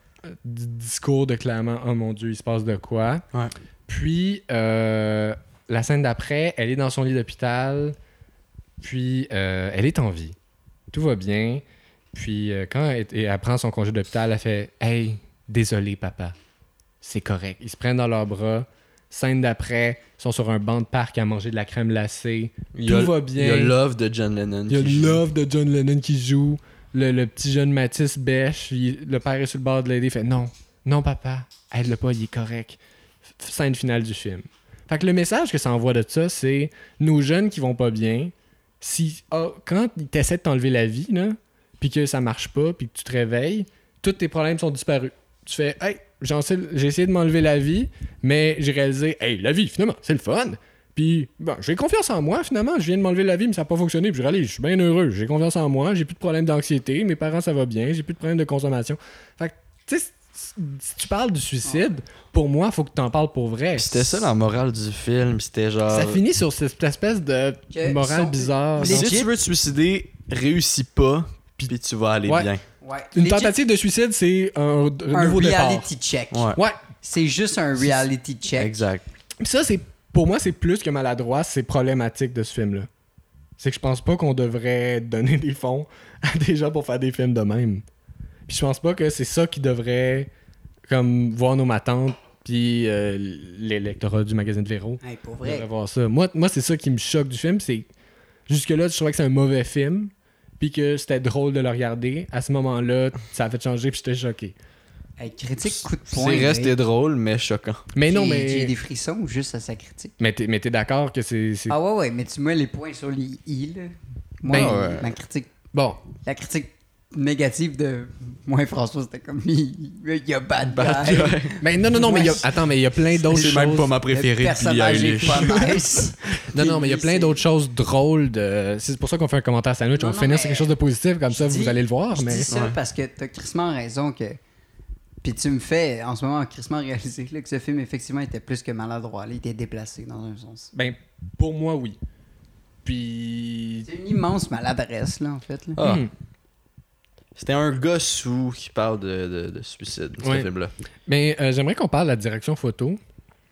Speaker 2: d- discours de clairement oh mon dieu il se passe de quoi
Speaker 3: Ouais.
Speaker 2: puis euh, la scène d'après elle est dans son lit d'hôpital puis euh, elle est en vie tout va bien puis euh, quand elle, et elle prend son congé d'hôpital elle fait hey désolé papa c'est correct ils se prennent dans leurs bras scène d'après ils sont sur un banc de parc à manger de la crème glacée
Speaker 3: Il y
Speaker 2: tout
Speaker 3: a-
Speaker 2: va bien
Speaker 3: Il y a Love de John Lennon.
Speaker 2: il y a
Speaker 3: qui joue.
Speaker 2: Love de John Lennon qui joue. Le, le petit jeune Mathis bêche. il- le père est sur le bord de l'aider. il fait non, non, papa, aide-le pas, il est correct. F- scène finale du film. Fait que le message que ça envoie de ça, c'est nos jeunes qui vont pas bien, si ah, quand ils t'essaient de t'enlever la vie, là, puis que ça marche pas, puis que tu te réveilles, tous tes problèmes sont disparus. Tu fais Hey, j'en sais- j'ai essayé de m'enlever la vie, mais j'ai réalisé Hey, la vie, finalement, c'est le fun. Puis, bon, j'ai confiance en moi, finalement. Je viens de m'enlever la vie, mais ça n'a pas fonctionné. Puis, je râle, je suis bien heureux. J'ai confiance en moi. J'ai plus de problème d'anxiété. Mes parents, ça va bien. J'ai plus de problème de consommation. Fait que, tu sais, si- si tu parles du suicide, pour moi, faut que tu en parles pour vrai.
Speaker 3: Puis C'était ça la morale du film. C'était genre.
Speaker 2: Ça finit sur cette espèce de
Speaker 1: Que
Speaker 2: morale
Speaker 1: sont-
Speaker 2: bizarre.
Speaker 1: Les-
Speaker 3: Si
Speaker 1: Legit.
Speaker 3: tu veux te suicider, réussis pas, puis tu vas aller
Speaker 2: Ouais.
Speaker 3: bien.
Speaker 1: Ouais.
Speaker 2: Une
Speaker 1: Legit-
Speaker 2: tentative de suicide, c'est un,
Speaker 1: un
Speaker 2: nouveau départ.
Speaker 1: reality check.
Speaker 3: Ouais.
Speaker 2: Ouais.
Speaker 1: C'est juste un reality check.
Speaker 3: Exact.
Speaker 2: Puis ça, c'est pour moi, c'est plus que maladroit, c'est problématique de ce film-là. C'est que je pense pas qu'on devrait donner des fonds à des gens pour faire des films de même. Puis je pense pas que c'est ça qui devrait comme voir nos matantes puis euh, les lecteurs du magazine de Véro.
Speaker 1: Hey, pour
Speaker 2: devraient
Speaker 1: vrai.
Speaker 2: voir ça. Moi, moi c'est ça qui me choque du film, c'est jusque-là, je trouvais que c'est un mauvais film, puis que c'était drôle de le regarder. À ce moment-là, ça a fait changer, puis j'étais choqué.
Speaker 1: Hey, critique coup de poing.
Speaker 3: C'est resté
Speaker 1: hey.
Speaker 3: drôle, mais choquant.
Speaker 2: Mais non,
Speaker 1: J'ai- J'ai
Speaker 2: mais
Speaker 1: des frissons juste à sa critique.
Speaker 2: mais t'es mais t'es d'accord que c'est c'est-
Speaker 1: Ah ouais, ouais, mais tu mets les points sur les i, là. Moi,
Speaker 2: Ben,
Speaker 1: euh,
Speaker 3: ouais.
Speaker 1: ma critique,
Speaker 2: bon.
Speaker 1: la critique négative de moi et François, c'était comme il il y a bad, guy.
Speaker 2: Mais non, non, non, mais il y a...
Speaker 1: Ouais.
Speaker 2: attends, mais il y a plein d'autres choses.
Speaker 3: C'est même pas ma
Speaker 1: Le
Speaker 3: préférée de Billie
Speaker 1: personnage est
Speaker 3: Eilish.
Speaker 1: pas nice.
Speaker 2: Non, non, mais il y a
Speaker 1: Puis,
Speaker 2: plein
Speaker 1: c'est-
Speaker 2: d'autres choses drôles. De... C'est pour ça qu'on fait un commentaire sandwich.
Speaker 1: Non,
Speaker 2: on
Speaker 1: non,
Speaker 2: finit
Speaker 1: mais-
Speaker 2: sur quelque chose de positif, comme
Speaker 1: je
Speaker 2: ça, vous
Speaker 1: dis-
Speaker 2: allez le voir.
Speaker 1: Je
Speaker 2: Mais...
Speaker 1: dis ça
Speaker 3: Ouais.
Speaker 1: parce que t'as crissement raison que. Puis tu me fais en ce moment crissement réaliser là, que ce film effectivement était plus que maladroit, là, il était déplacé dans un sens.
Speaker 2: Ben, pour moi, oui. Puis.
Speaker 1: C'est une immense maladresse là en fait. là.
Speaker 3: Ah,
Speaker 2: Hmm.
Speaker 3: C'était un gars sous qui parle de, de- de suicide, ce
Speaker 2: Ouais.
Speaker 3: film-là.
Speaker 2: Mais euh, j'aimerais qu'on parle de la direction photo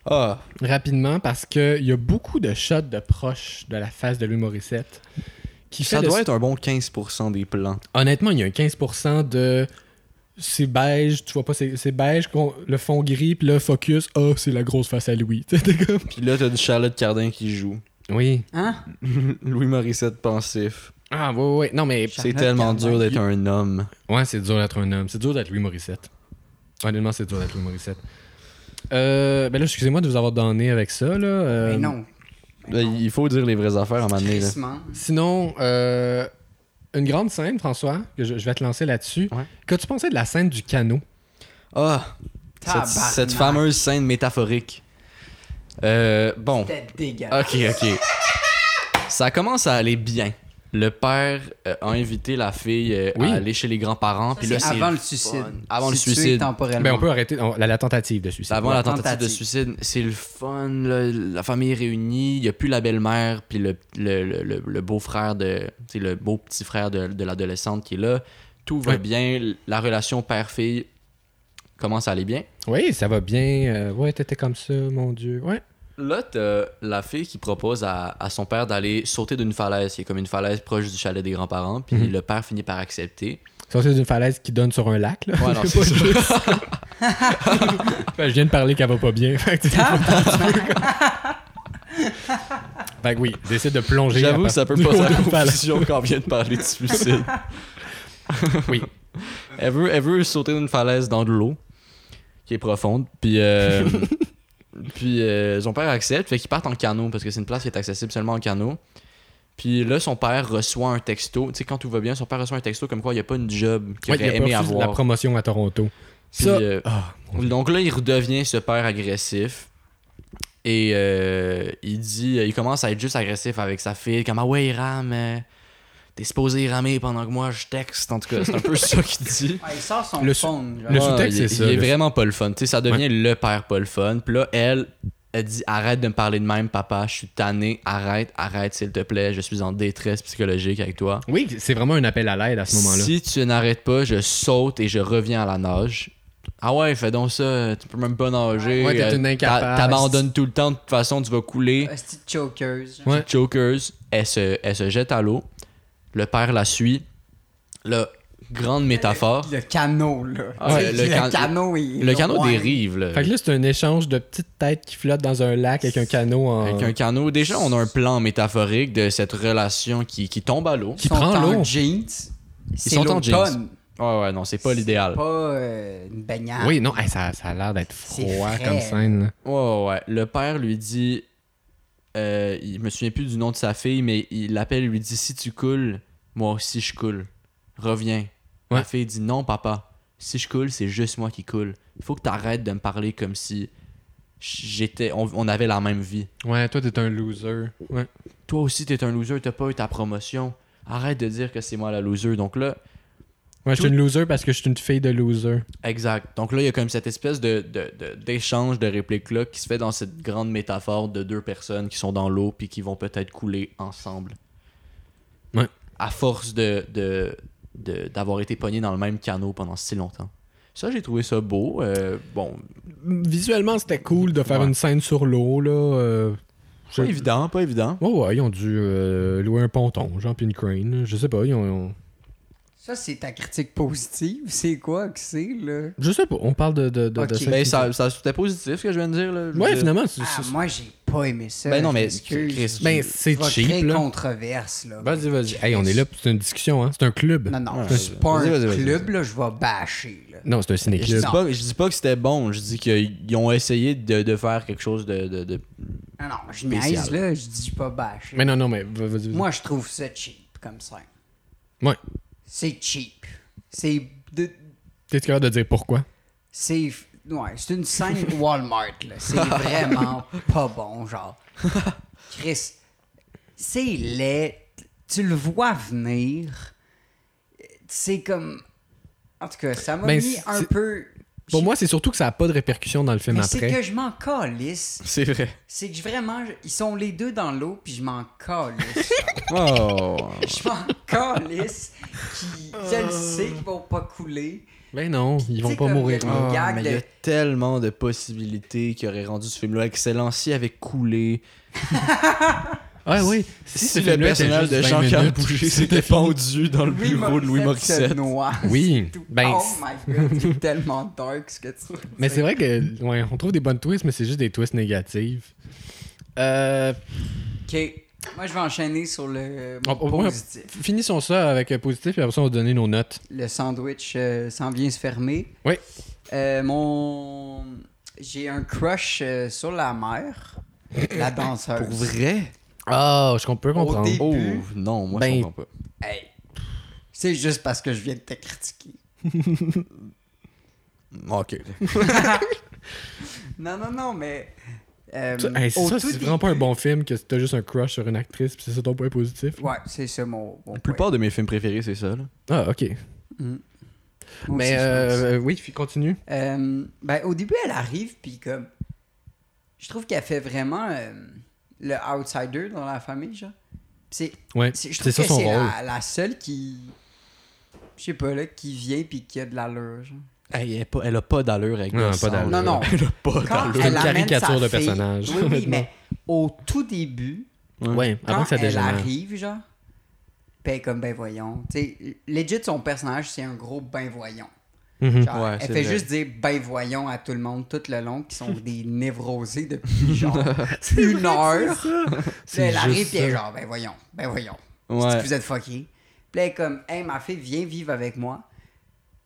Speaker 3: Ah,
Speaker 2: rapidement parce qu'il y a beaucoup de shots de proches de la face de Louis Morissette. Qui
Speaker 3: ça
Speaker 2: fait
Speaker 3: doit
Speaker 2: le-
Speaker 3: être un bon 15% des plans.
Speaker 2: Honnêtement, il y a un 15% de. C'est beige, tu vois pas, c'est c'est beige, qu'on- le fond gris, puis le focus, oh, c'est la grosse face à Louis. T'es comme-
Speaker 3: Puis là, t'as du Charlotte Cardin qui joue.
Speaker 2: Oui.
Speaker 1: Hein?
Speaker 3: Louis Morissette pensif.
Speaker 2: Ah, ouais, ouais, ouais. Non, mais.
Speaker 1: Charlotte
Speaker 3: C'est tellement
Speaker 1: Cardin.
Speaker 3: dur d'être un homme.
Speaker 2: Ouais, c'est dur d'être un homme. C'est dur d'être Louis Morissette. Honnêtement, c'est dur d'être Louis Morissette. Euh, ben là, excusez-moi de vous avoir donné avec ça, là. euh,
Speaker 1: Mais non. Mais
Speaker 3: Là,
Speaker 1: non.
Speaker 3: Ben, il faut dire les vraies affaires à un moment donné. là.
Speaker 1: Crissement.
Speaker 2: Sinon, euh, une grande scène, François, que je, je vais te lancer là-dessus.
Speaker 3: Ouais.
Speaker 2: Qu'as-tu pensé de la scène du canot?
Speaker 3: Ah, cette,
Speaker 1: Tabarnak.
Speaker 3: cette fameuse scène métaphorique. Euh, bon,
Speaker 1: C'était dégueulasse.
Speaker 3: ok, ok. Ça commence à aller bien. Le père euh, a invité la fille euh,
Speaker 2: Oui.
Speaker 3: à aller chez les
Speaker 2: Ah,
Speaker 3: grands-parents. Puis là,
Speaker 1: C'est
Speaker 3: c'est
Speaker 1: avant le
Speaker 3: fun.
Speaker 1: suicide.
Speaker 3: Avant le
Speaker 1: Si tué
Speaker 3: suicide.
Speaker 1: temporellement.
Speaker 2: Ben, on peut arrêter on- la, la tentative de
Speaker 3: C'est
Speaker 2: suicide.
Speaker 3: avant la tentative,
Speaker 1: Tentative.
Speaker 3: de suicide. C'est le fun, là, la famille est réunie, il n'y a plus la belle-mère, puis le, le, le- le- le beau-frère de. tu sais, le beau petit frère de, de l'adolescente qui est là. Tout va
Speaker 2: Ouais.
Speaker 3: bien, la relation père-fille commence à aller bien.
Speaker 2: Oui, ça va bien. euh, ouais, t'étais comme ça, mon Dieu. Ouais.
Speaker 3: Là, t'as la fille qui propose à, à son père d'aller sauter d'une falaise, qui est comme une falaise proche du chalet des grands-parents, puis
Speaker 2: Mhm.
Speaker 3: le père finit par accepter.
Speaker 2: Ça, c'est une falaise qui donne sur un lac, là.
Speaker 3: Ouais, non, c'est ça.
Speaker 2: Fait que je viens de parler qu'elle va pas bien. Fait que, tu sais,
Speaker 3: Ah!
Speaker 2: faut pas que tu veux, quoi. Fait que oui, décide de plonger.
Speaker 3: J'avoue
Speaker 2: à
Speaker 3: que ça peut
Speaker 2: partir
Speaker 3: pas
Speaker 2: du haut
Speaker 3: la
Speaker 2: d'une falaise.
Speaker 3: confusion quand on vient de parler de suicide.
Speaker 2: Oui.
Speaker 3: Elle veut, elle veut sauter d'une falaise dans de l'eau, qui est profonde, puis... euh, puis euh, son père accepte, fait qu'ils partent en canot, parce que c'est une place qui est accessible seulement en canot. Puis là, son père reçoit un texto. Tu sais, quand tout va bien, son père reçoit un texto comme quoi il n'y a pas une job qu'il
Speaker 2: Ouais, il a
Speaker 3: aurait aimé
Speaker 2: pas refusé la
Speaker 3: avoir.
Speaker 2: promotion à Toronto.
Speaker 3: Puis,
Speaker 2: Ça-
Speaker 3: euh,
Speaker 2: Ah, mon Dieu.
Speaker 3: donc là, il redevient ce père agressif. Et euh, il dit, il commence à être juste agressif avec sa fille, comme Ah ouais, il rame, euh, t'es supposé ramer pendant que moi je texte. En tout cas, c'est un peu ça qu'il dit.
Speaker 1: Ah, il sort son
Speaker 2: Le-
Speaker 1: phone. genre.
Speaker 2: le-
Speaker 3: Ouais,
Speaker 2: sous-texte,
Speaker 3: il-
Speaker 2: c'est ça,
Speaker 3: Il est
Speaker 2: le-
Speaker 3: vraiment pas le fun. Tu sais, ça devient le père pas le fun. Puis là, elle, elle dit Arrête de me parler de même, papa, je suis tanné, arrête, arrête, s'il te plaît, je suis en détresse psychologique avec toi.
Speaker 2: Oui, c'est vraiment un appel à l'aide à ce moment-là.
Speaker 3: Si tu n'arrêtes pas, je saute et je reviens à la nage. Ah ouais, fais donc ça, tu peux même pas nager.
Speaker 2: Ouais, t'es
Speaker 3: euh,
Speaker 2: une incapable.
Speaker 3: t'a- T'abandonnes tout le temps, de toute façon, tu vas couler.
Speaker 1: Hostie de chokeuse. genre.
Speaker 2: Ouais.
Speaker 3: Jokers, elle se, elle se jette à l'eau. Le père la suit. La grande métaphore.
Speaker 1: Le canot, là.
Speaker 3: Ah,
Speaker 1: Tu sais,
Speaker 3: le
Speaker 1: le,
Speaker 3: can-
Speaker 1: canot, il.
Speaker 3: Le canot
Speaker 1: Ouais.
Speaker 3: dérive, là.
Speaker 2: Fait que là, c'est un échange de petites têtes qui flottent dans un lac avec un canot en...
Speaker 3: Avec un canot. Déjà, on a un plan métaphorique de cette relation qui, qui tombe à l'eau.
Speaker 1: Ils
Speaker 2: Qui
Speaker 1: sont
Speaker 2: prend
Speaker 1: en
Speaker 2: l'eau.
Speaker 1: jeans. Ils
Speaker 3: sont en jeans. Ouais, ouais, non, c'est pas l'idéal.
Speaker 1: Pas euh, une baignade.
Speaker 2: Ah. Oui, non, hey, ça, ça a l'air d'être
Speaker 1: C'est
Speaker 2: froid
Speaker 1: frais.
Speaker 2: comme scène. là.
Speaker 3: Ouais, ouais, ouais. Le père lui dit. Euh, il me souviens plus du nom de sa fille, mais il l'appelle et lui dit Si tu coules, moi aussi je coule. Reviens. La
Speaker 2: Ouais.
Speaker 3: fille dit Non, papa. Si je coule, c'est juste moi qui coule. Faut que t'arrêtes de me parler comme si j'étais. On, on avait la même vie.
Speaker 2: Ouais, toi, t'es un loser. Ouais.
Speaker 3: Toi aussi, t'es un loser, t'as pas eu ta promotion. Arrête de dire que c'est moi la loser. Donc là,
Speaker 2: Ouais, je suis
Speaker 3: Tout-
Speaker 2: une loser parce que je suis une fille de loser.
Speaker 3: Exact. Donc là, il y a comme cette espèce de, de- de- d'échange de répliques-là qui se fait dans cette grande métaphore de deux personnes qui sont dans l'eau puis qui vont peut-être couler ensemble.
Speaker 2: Ouais.
Speaker 3: À force de, de- de- d'avoir été pogné dans le même canot pendant si longtemps. Ça, j'ai trouvé ça beau. Euh, bon,
Speaker 2: Visuellement, c'était cool de faire
Speaker 3: Ouais.
Speaker 2: une scène sur l'eau, là. euh, je-
Speaker 3: pas évident, pas évident.
Speaker 2: Ouais, ouais, ils ont dû euh, louer un ponton, genre, puis une crane. là. Je sais pas, ils ont... ils ont-
Speaker 1: Ça, c'est ta critique positive. C'est quoi que c'est, là?
Speaker 2: Je sais pas, on parle de... de, de, de
Speaker 1: Ok.
Speaker 2: scène
Speaker 3: Ben,
Speaker 2: qui-
Speaker 3: ça, ça- c'était positif ce que je viens de dire. Là. Je veux
Speaker 2: Ouais,
Speaker 3: dire-
Speaker 2: finalement, c'est...
Speaker 1: Ah,
Speaker 2: c'est-
Speaker 1: moi, j'ai pas aimé ça.
Speaker 3: Ben non,
Speaker 1: je
Speaker 3: mais
Speaker 1: m'excuse.
Speaker 3: Chris,
Speaker 2: ben, c'est
Speaker 1: Va
Speaker 2: cheap,
Speaker 1: créer
Speaker 2: là.
Speaker 1: controverse, là.
Speaker 2: Vas-y, vas-y. Hey, on est là, c'est une discussion, hein. C'est un club.
Speaker 1: Non, non,
Speaker 3: Ouais,
Speaker 1: je suis
Speaker 3: vas-y.
Speaker 1: pas
Speaker 3: Vas-y, vas-y,
Speaker 1: un
Speaker 3: vas-y,
Speaker 1: club, là, je vais bâcher, là.
Speaker 2: Non, c'est un
Speaker 3: Je
Speaker 2: ciné-club.
Speaker 3: dis, pas, je dis pas que c'était bon, je dis qu'ils ont essayé de, de faire quelque chose de, de- de-
Speaker 1: Non, non, je
Speaker 3: Spécial.
Speaker 1: niaise, là, je dis pas bâcher.
Speaker 2: Mais non, non, mais vas- vas-y. vas-y.
Speaker 1: Moi, je trouve ça cheap, comme ça.
Speaker 2: Ouais.
Speaker 1: C'est cheap. C'est... de-
Speaker 2: T'es capable de dire pourquoi?
Speaker 1: C'est... Ouais, c'est une scène Walmart, là. C'est vraiment pas bon, genre. Chris, c'est laid. Tu le vois venir. C'est comme... En tout cas, ça m'a
Speaker 2: Ben,
Speaker 1: mis un
Speaker 2: c'est-
Speaker 1: peu...
Speaker 2: Pour moi, c'est surtout que ça n'a pas de répercussion dans le film
Speaker 1: Mais c'est
Speaker 2: après.
Speaker 1: que je m'en calisse.
Speaker 3: C'est vrai.
Speaker 1: C'est que je- vraiment, je- ils sont les deux dans l'eau, puis je m'en calisse.
Speaker 3: Oh.
Speaker 1: je m'en calisse. Qui, je le sais qu'ils vont pas couler.
Speaker 2: Ben non, ils vont
Speaker 1: C'est
Speaker 2: pas
Speaker 1: comme
Speaker 2: mourir.
Speaker 1: le-
Speaker 2: là.
Speaker 3: Ah,
Speaker 1: gag,
Speaker 3: mais il y
Speaker 1: le-
Speaker 3: a tellement de possibilités qui auraient rendu ce film-là excellent s'il avait coulé.
Speaker 2: Ouais, Ah oui.
Speaker 3: Si,
Speaker 2: ce
Speaker 3: le
Speaker 2: film-là était
Speaker 3: personnage
Speaker 2: juste
Speaker 3: de
Speaker 2: 20
Speaker 3: Jean-Claude
Speaker 2: minutes,
Speaker 3: Boucher
Speaker 2: c'était
Speaker 3: s'était
Speaker 2: fini.
Speaker 3: pendu dans le bureau de Louis Morissette.
Speaker 1: noir.
Speaker 2: Oui,
Speaker 1: C'est tout.
Speaker 2: ben,
Speaker 1: oh
Speaker 2: c'est-
Speaker 1: my god, c'est tellement dark ce que tu
Speaker 2: Mais c'est vrai que, ouais, on trouve des bonnes twists, mais c'est juste des twists négatives. Euh,
Speaker 1: Ok, moi je vais enchaîner sur le
Speaker 3: Ah,
Speaker 2: Oh, oh, moi-
Speaker 1: positif.
Speaker 2: finissons ça avec un positif, et après ça, on va donner nos notes.
Speaker 1: Le sandwich euh, s'en vient se fermer.
Speaker 2: Oui.
Speaker 1: Euh, mon... J'ai un crush euh, sur la mère, la danseuse.
Speaker 3: Pour vrai?
Speaker 2: Ah, je peux
Speaker 1: comprendre.
Speaker 2: comprendre.
Speaker 1: dé-
Speaker 3: Oh,
Speaker 1: Puis-
Speaker 3: non, moi
Speaker 2: Ben-
Speaker 3: je comprends pas.
Speaker 1: Hey, c'est juste parce que je viens de te critiquer.
Speaker 3: Ok.
Speaker 1: Non, non, non, mais. euh, au
Speaker 2: ça,
Speaker 1: tout
Speaker 2: c'est
Speaker 1: dé-
Speaker 2: vraiment pas un bon film que t'as juste un crush sur une actrice, puis c'est ça ton point positif.
Speaker 1: Ouais, c'est ça mon. mon
Speaker 3: La plupart de mes films préférés, c'est ça. Là.
Speaker 2: Ah, ok.
Speaker 1: point. Moi
Speaker 2: Mais
Speaker 1: aussi, je pense.
Speaker 2: euh, oui, puis continue.
Speaker 1: Euh, ben, au début, elle arrive, puis comme. Je trouve qu'elle fait vraiment euh, le outsider dans la famille, genre. Pis C'est
Speaker 2: Ouais,
Speaker 1: c'est- je
Speaker 2: Euh,
Speaker 1: trouve
Speaker 2: c'est ça
Speaker 1: que
Speaker 2: son
Speaker 1: c'est
Speaker 2: rôle.
Speaker 1: la, la seule qui. Je sais pas, là, qui vient puis qui a de l'allure, genre.
Speaker 3: Hey, elle, est pas- elle a pas d'allure avec
Speaker 2: Non,
Speaker 3: le
Speaker 2: pas
Speaker 3: sang,
Speaker 2: d'allure.
Speaker 1: Non,
Speaker 3: là.
Speaker 1: non.
Speaker 3: Elle a pas
Speaker 1: Quand
Speaker 3: d'allure.
Speaker 2: C'est
Speaker 1: elle
Speaker 2: une
Speaker 1: amène
Speaker 2: caricature
Speaker 1: sa
Speaker 2: de
Speaker 1: fille-
Speaker 2: personnage,
Speaker 1: Oui, oui,
Speaker 2: honnêtement.
Speaker 1: mais au tout début,
Speaker 2: Ouais,
Speaker 1: quand
Speaker 2: avant que ça
Speaker 1: elle
Speaker 2: dégénère.
Speaker 1: arrive, genre, ben comme ben voyons. Tu sais, legit, son personnage, c'est un gros ben voyant.
Speaker 2: Mhm.
Speaker 1: Genre,
Speaker 3: Ouais,
Speaker 1: elle
Speaker 3: c'est
Speaker 1: fait
Speaker 3: vrai.
Speaker 1: juste dire ben voyons à tout le monde tout le long, qui sont des névrosés depuis genre une heure. Puis
Speaker 2: C'est
Speaker 1: elle arrive,
Speaker 2: juste
Speaker 1: puis elle est
Speaker 2: ça.
Speaker 1: genre ben voyons, ben voyons.
Speaker 3: Ouais.
Speaker 1: Si vous êtes fucké. Puis là, elle est comme, hey, ma fille, viens vivre avec moi.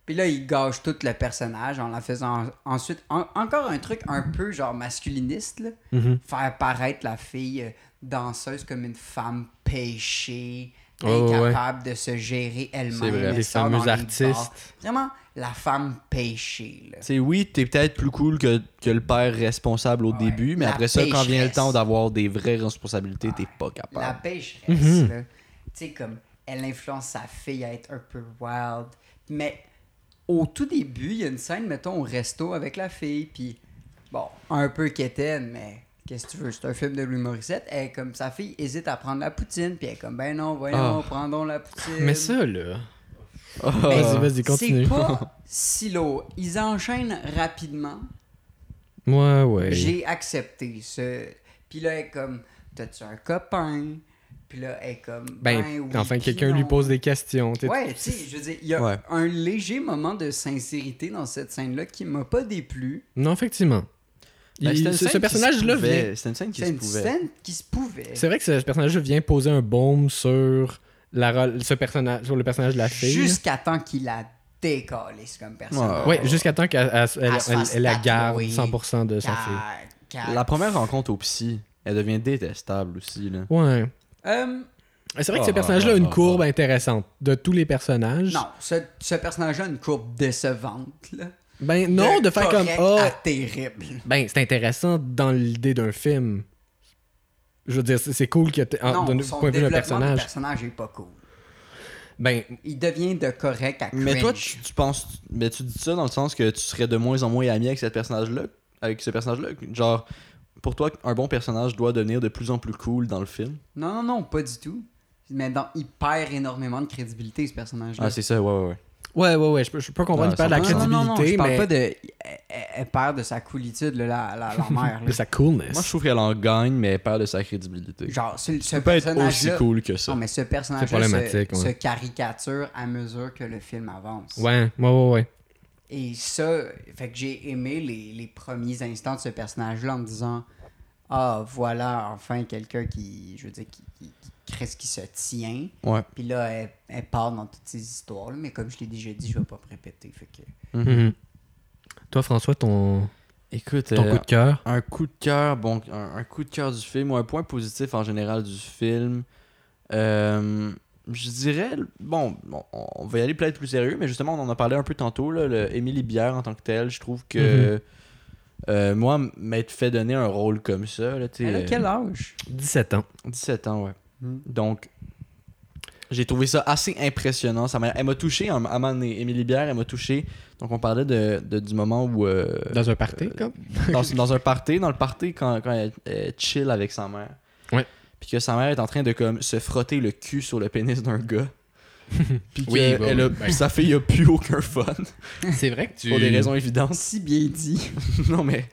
Speaker 1: Puis là, il gâche tout le personnage en la faisant ensuite. en- encore un truc un peu genre masculiniste, là.
Speaker 2: Mhm.
Speaker 1: Faire paraître la fille euh, danseuse comme une femme péchée,
Speaker 2: Oh, ouais.
Speaker 1: incapable de se gérer elle-même.
Speaker 3: C'est vrai.
Speaker 1: elle
Speaker 2: Les
Speaker 1: sort dans
Speaker 2: fameux
Speaker 1: bars.
Speaker 2: artistes.
Speaker 1: Vraiment, la femme péchée, là.
Speaker 3: C'est oui, t'es peut-être plus cool que, que le père responsable au
Speaker 1: Ouais.
Speaker 3: début, mais
Speaker 1: La
Speaker 3: après ça, quand vient le
Speaker 1: pécheresse.
Speaker 3: temps d'avoir des vraies responsabilités, t'es pas Mhm.
Speaker 1: La
Speaker 3: capable.
Speaker 1: pécheresse, là. Tu sais, comme, elle influence sa fille à être un peu wild. Mais au tout début, il y a une scène, mettons, au resto avec la fille, puis bon, un peu quétaine, mais qu'est-ce que tu veux, c'est un film de Louis Morissette. Elle, est comme, sa fille hésite à prendre la poutine, puis elle est comme, ben non, voyons,
Speaker 3: Ah. euh,
Speaker 1: prendons la poutine.
Speaker 2: Mais ça, là.
Speaker 1: Mais
Speaker 2: Vas-y, vas-y,
Speaker 1: Ben, C'est
Speaker 2: continue.
Speaker 1: pas si lourd. Ils enchaînent rapidement.
Speaker 2: Ouais, ouais.
Speaker 1: J'ai accepté ce. Puis là, elle est comme, t'as-tu un copain? Puis là, elle est comme,
Speaker 2: Ben,
Speaker 1: oui,
Speaker 2: enfin,
Speaker 1: puis
Speaker 2: quelqu'un lui
Speaker 1: non.
Speaker 2: pose des questions. tu sais.
Speaker 1: Ouais, tu sais, je veux dire, il y a
Speaker 3: Ouais.
Speaker 1: un léger moment de sincérité dans cette scène-là qui m'a pas déplu.
Speaker 2: Non, effectivement.
Speaker 3: Ben,
Speaker 2: Il-
Speaker 3: c'était une
Speaker 2: ce
Speaker 3: scène
Speaker 2: ce
Speaker 3: qui
Speaker 2: personnage-là
Speaker 3: se pouvait.
Speaker 2: vient.
Speaker 3: C'était une scène qui
Speaker 1: C'est
Speaker 3: se
Speaker 1: une
Speaker 3: pouvait.
Speaker 1: scène qui se pouvait.
Speaker 2: C'est vrai que ce personnage-là vient poser un baume sur, la, rel- ce personnage, sur le personnage de la fille.
Speaker 1: Jusqu'à temps qu'il la décalisse comme personne.
Speaker 2: Ouais, jusqu'à temps qu'elle elle, elle,
Speaker 1: se fasse
Speaker 2: elle la garde
Speaker 1: tatouer. Ah.
Speaker 2: 100% de sa
Speaker 1: Car-
Speaker 2: fille.
Speaker 1: car-
Speaker 3: La première rencontre au psy, elle devient détestable aussi. Là.
Speaker 2: Ouais.
Speaker 1: Euh,
Speaker 2: C'est vrai que
Speaker 3: Ah,
Speaker 2: ce personnage-là a
Speaker 3: ah,
Speaker 2: une
Speaker 3: ah,
Speaker 2: courbe
Speaker 3: ah.
Speaker 2: intéressante de tous les personnages.
Speaker 1: non, ce, ce personnage-là a une courbe décevante. Là.
Speaker 2: Ben non, de faire comme
Speaker 1: correct
Speaker 2: ah,
Speaker 1: à terrible.
Speaker 2: ben c'est intéressant dans l'idée d'un film. Je veux dire, c'est- c'est cool que t'aies- en-
Speaker 1: non,
Speaker 2: d'un
Speaker 1: son
Speaker 2: point Ah, de vue d'un
Speaker 1: développement personnage.
Speaker 2: personnage.
Speaker 1: de personnage est pas cool.
Speaker 2: Ben
Speaker 1: Il devient de correct à cringe.
Speaker 3: Mais toi, tu, tu penses. Mais tu dis ça dans le sens que tu serais de moins en moins ami avec, cette personnage-là, avec ce personnage-là. Genre, pour toi, un bon personnage doit devenir de plus en plus cool dans le film.
Speaker 1: Non, non, non, pas du tout. Mais dans- il perd énormément de crédibilité, ce personnage-là. Ah,
Speaker 3: Ah, c'est ça, ouais, ouais, ouais.
Speaker 2: ouais ouais ouais, je peux, je peux comprendre
Speaker 3: Ouais,
Speaker 2: qu'il Ah, parle de la
Speaker 3: c'est-
Speaker 1: non, non,
Speaker 2: crédibilité,
Speaker 1: non, non, je parle
Speaker 2: mais
Speaker 1: pas de... Elle, elle- elle perd de sa coolitude, là, la, la, la mère. là.
Speaker 2: de sa coolness.
Speaker 3: Moi, je trouve qu'elle en gagne, mais elle perd de sa crédibilité.
Speaker 1: Genre, ce, ce
Speaker 3: Ça peut être aussi
Speaker 1: personnage-là...
Speaker 3: cool que ça.
Speaker 1: Non, mais ce personnage-là
Speaker 2: problématique,
Speaker 1: se,
Speaker 2: ouais.
Speaker 1: se caricature à mesure que le film avance.
Speaker 2: Ouais, ouais ouais ouais.
Speaker 1: Et ça, fait que j'ai aimé les, les premiers instants de ce personnage-là en me disant Ah, voilà, enfin quelqu'un qui, je veux dire, qui, qui, qui crée ce qui se tient.
Speaker 3: Ouais.
Speaker 1: Puis là, elle, elle part dans toutes ces histoires mais comme je l'ai déjà dit, je vais pas me répéter. Fait que...
Speaker 2: Mhm. Toi François, ton,
Speaker 3: Écoute,
Speaker 2: ton
Speaker 3: euh,
Speaker 2: coup de cœur.
Speaker 3: un coup de cœur, bon, un, un coup de cœur du film ou un point positif en général du film. Euh, je dirais, bon, bon, on va y aller peut-être plus sérieux, mais justement, on en a parlé un peu tantôt, là, le Émilie Bière en tant que telle, je trouve que euh, moi, m'être fait donner un rôle comme ça, là, tu sais,
Speaker 1: Mm-hmm. Elle a
Speaker 3: euh,
Speaker 1: quel âge
Speaker 2: 17 ans.
Speaker 3: 17 ans, ouais.
Speaker 1: Mm.
Speaker 3: Donc, j'ai trouvé ça assez impressionnant. Ça m'a- elle m'a touché, à un moment donné, Émilie Bière, elle m'a touché. Donc, on parlait de, de- du moment où... euh,
Speaker 2: Dans un party comme
Speaker 3: dans, dans un party, dans le party quand, quand elle, elle chill avec sa mère.
Speaker 2: Ouais.
Speaker 3: Puis que sa mère est en train de comme se frotter le cul sur le pénis d'un gars. Puis que
Speaker 2: Oui, bah
Speaker 3: elle a-
Speaker 2: oui, ben.
Speaker 3: sa fille a plus aucun fun
Speaker 2: C'est vrai que tu
Speaker 3: pour des raisons évidentes.
Speaker 1: Si bien dit.
Speaker 3: non mais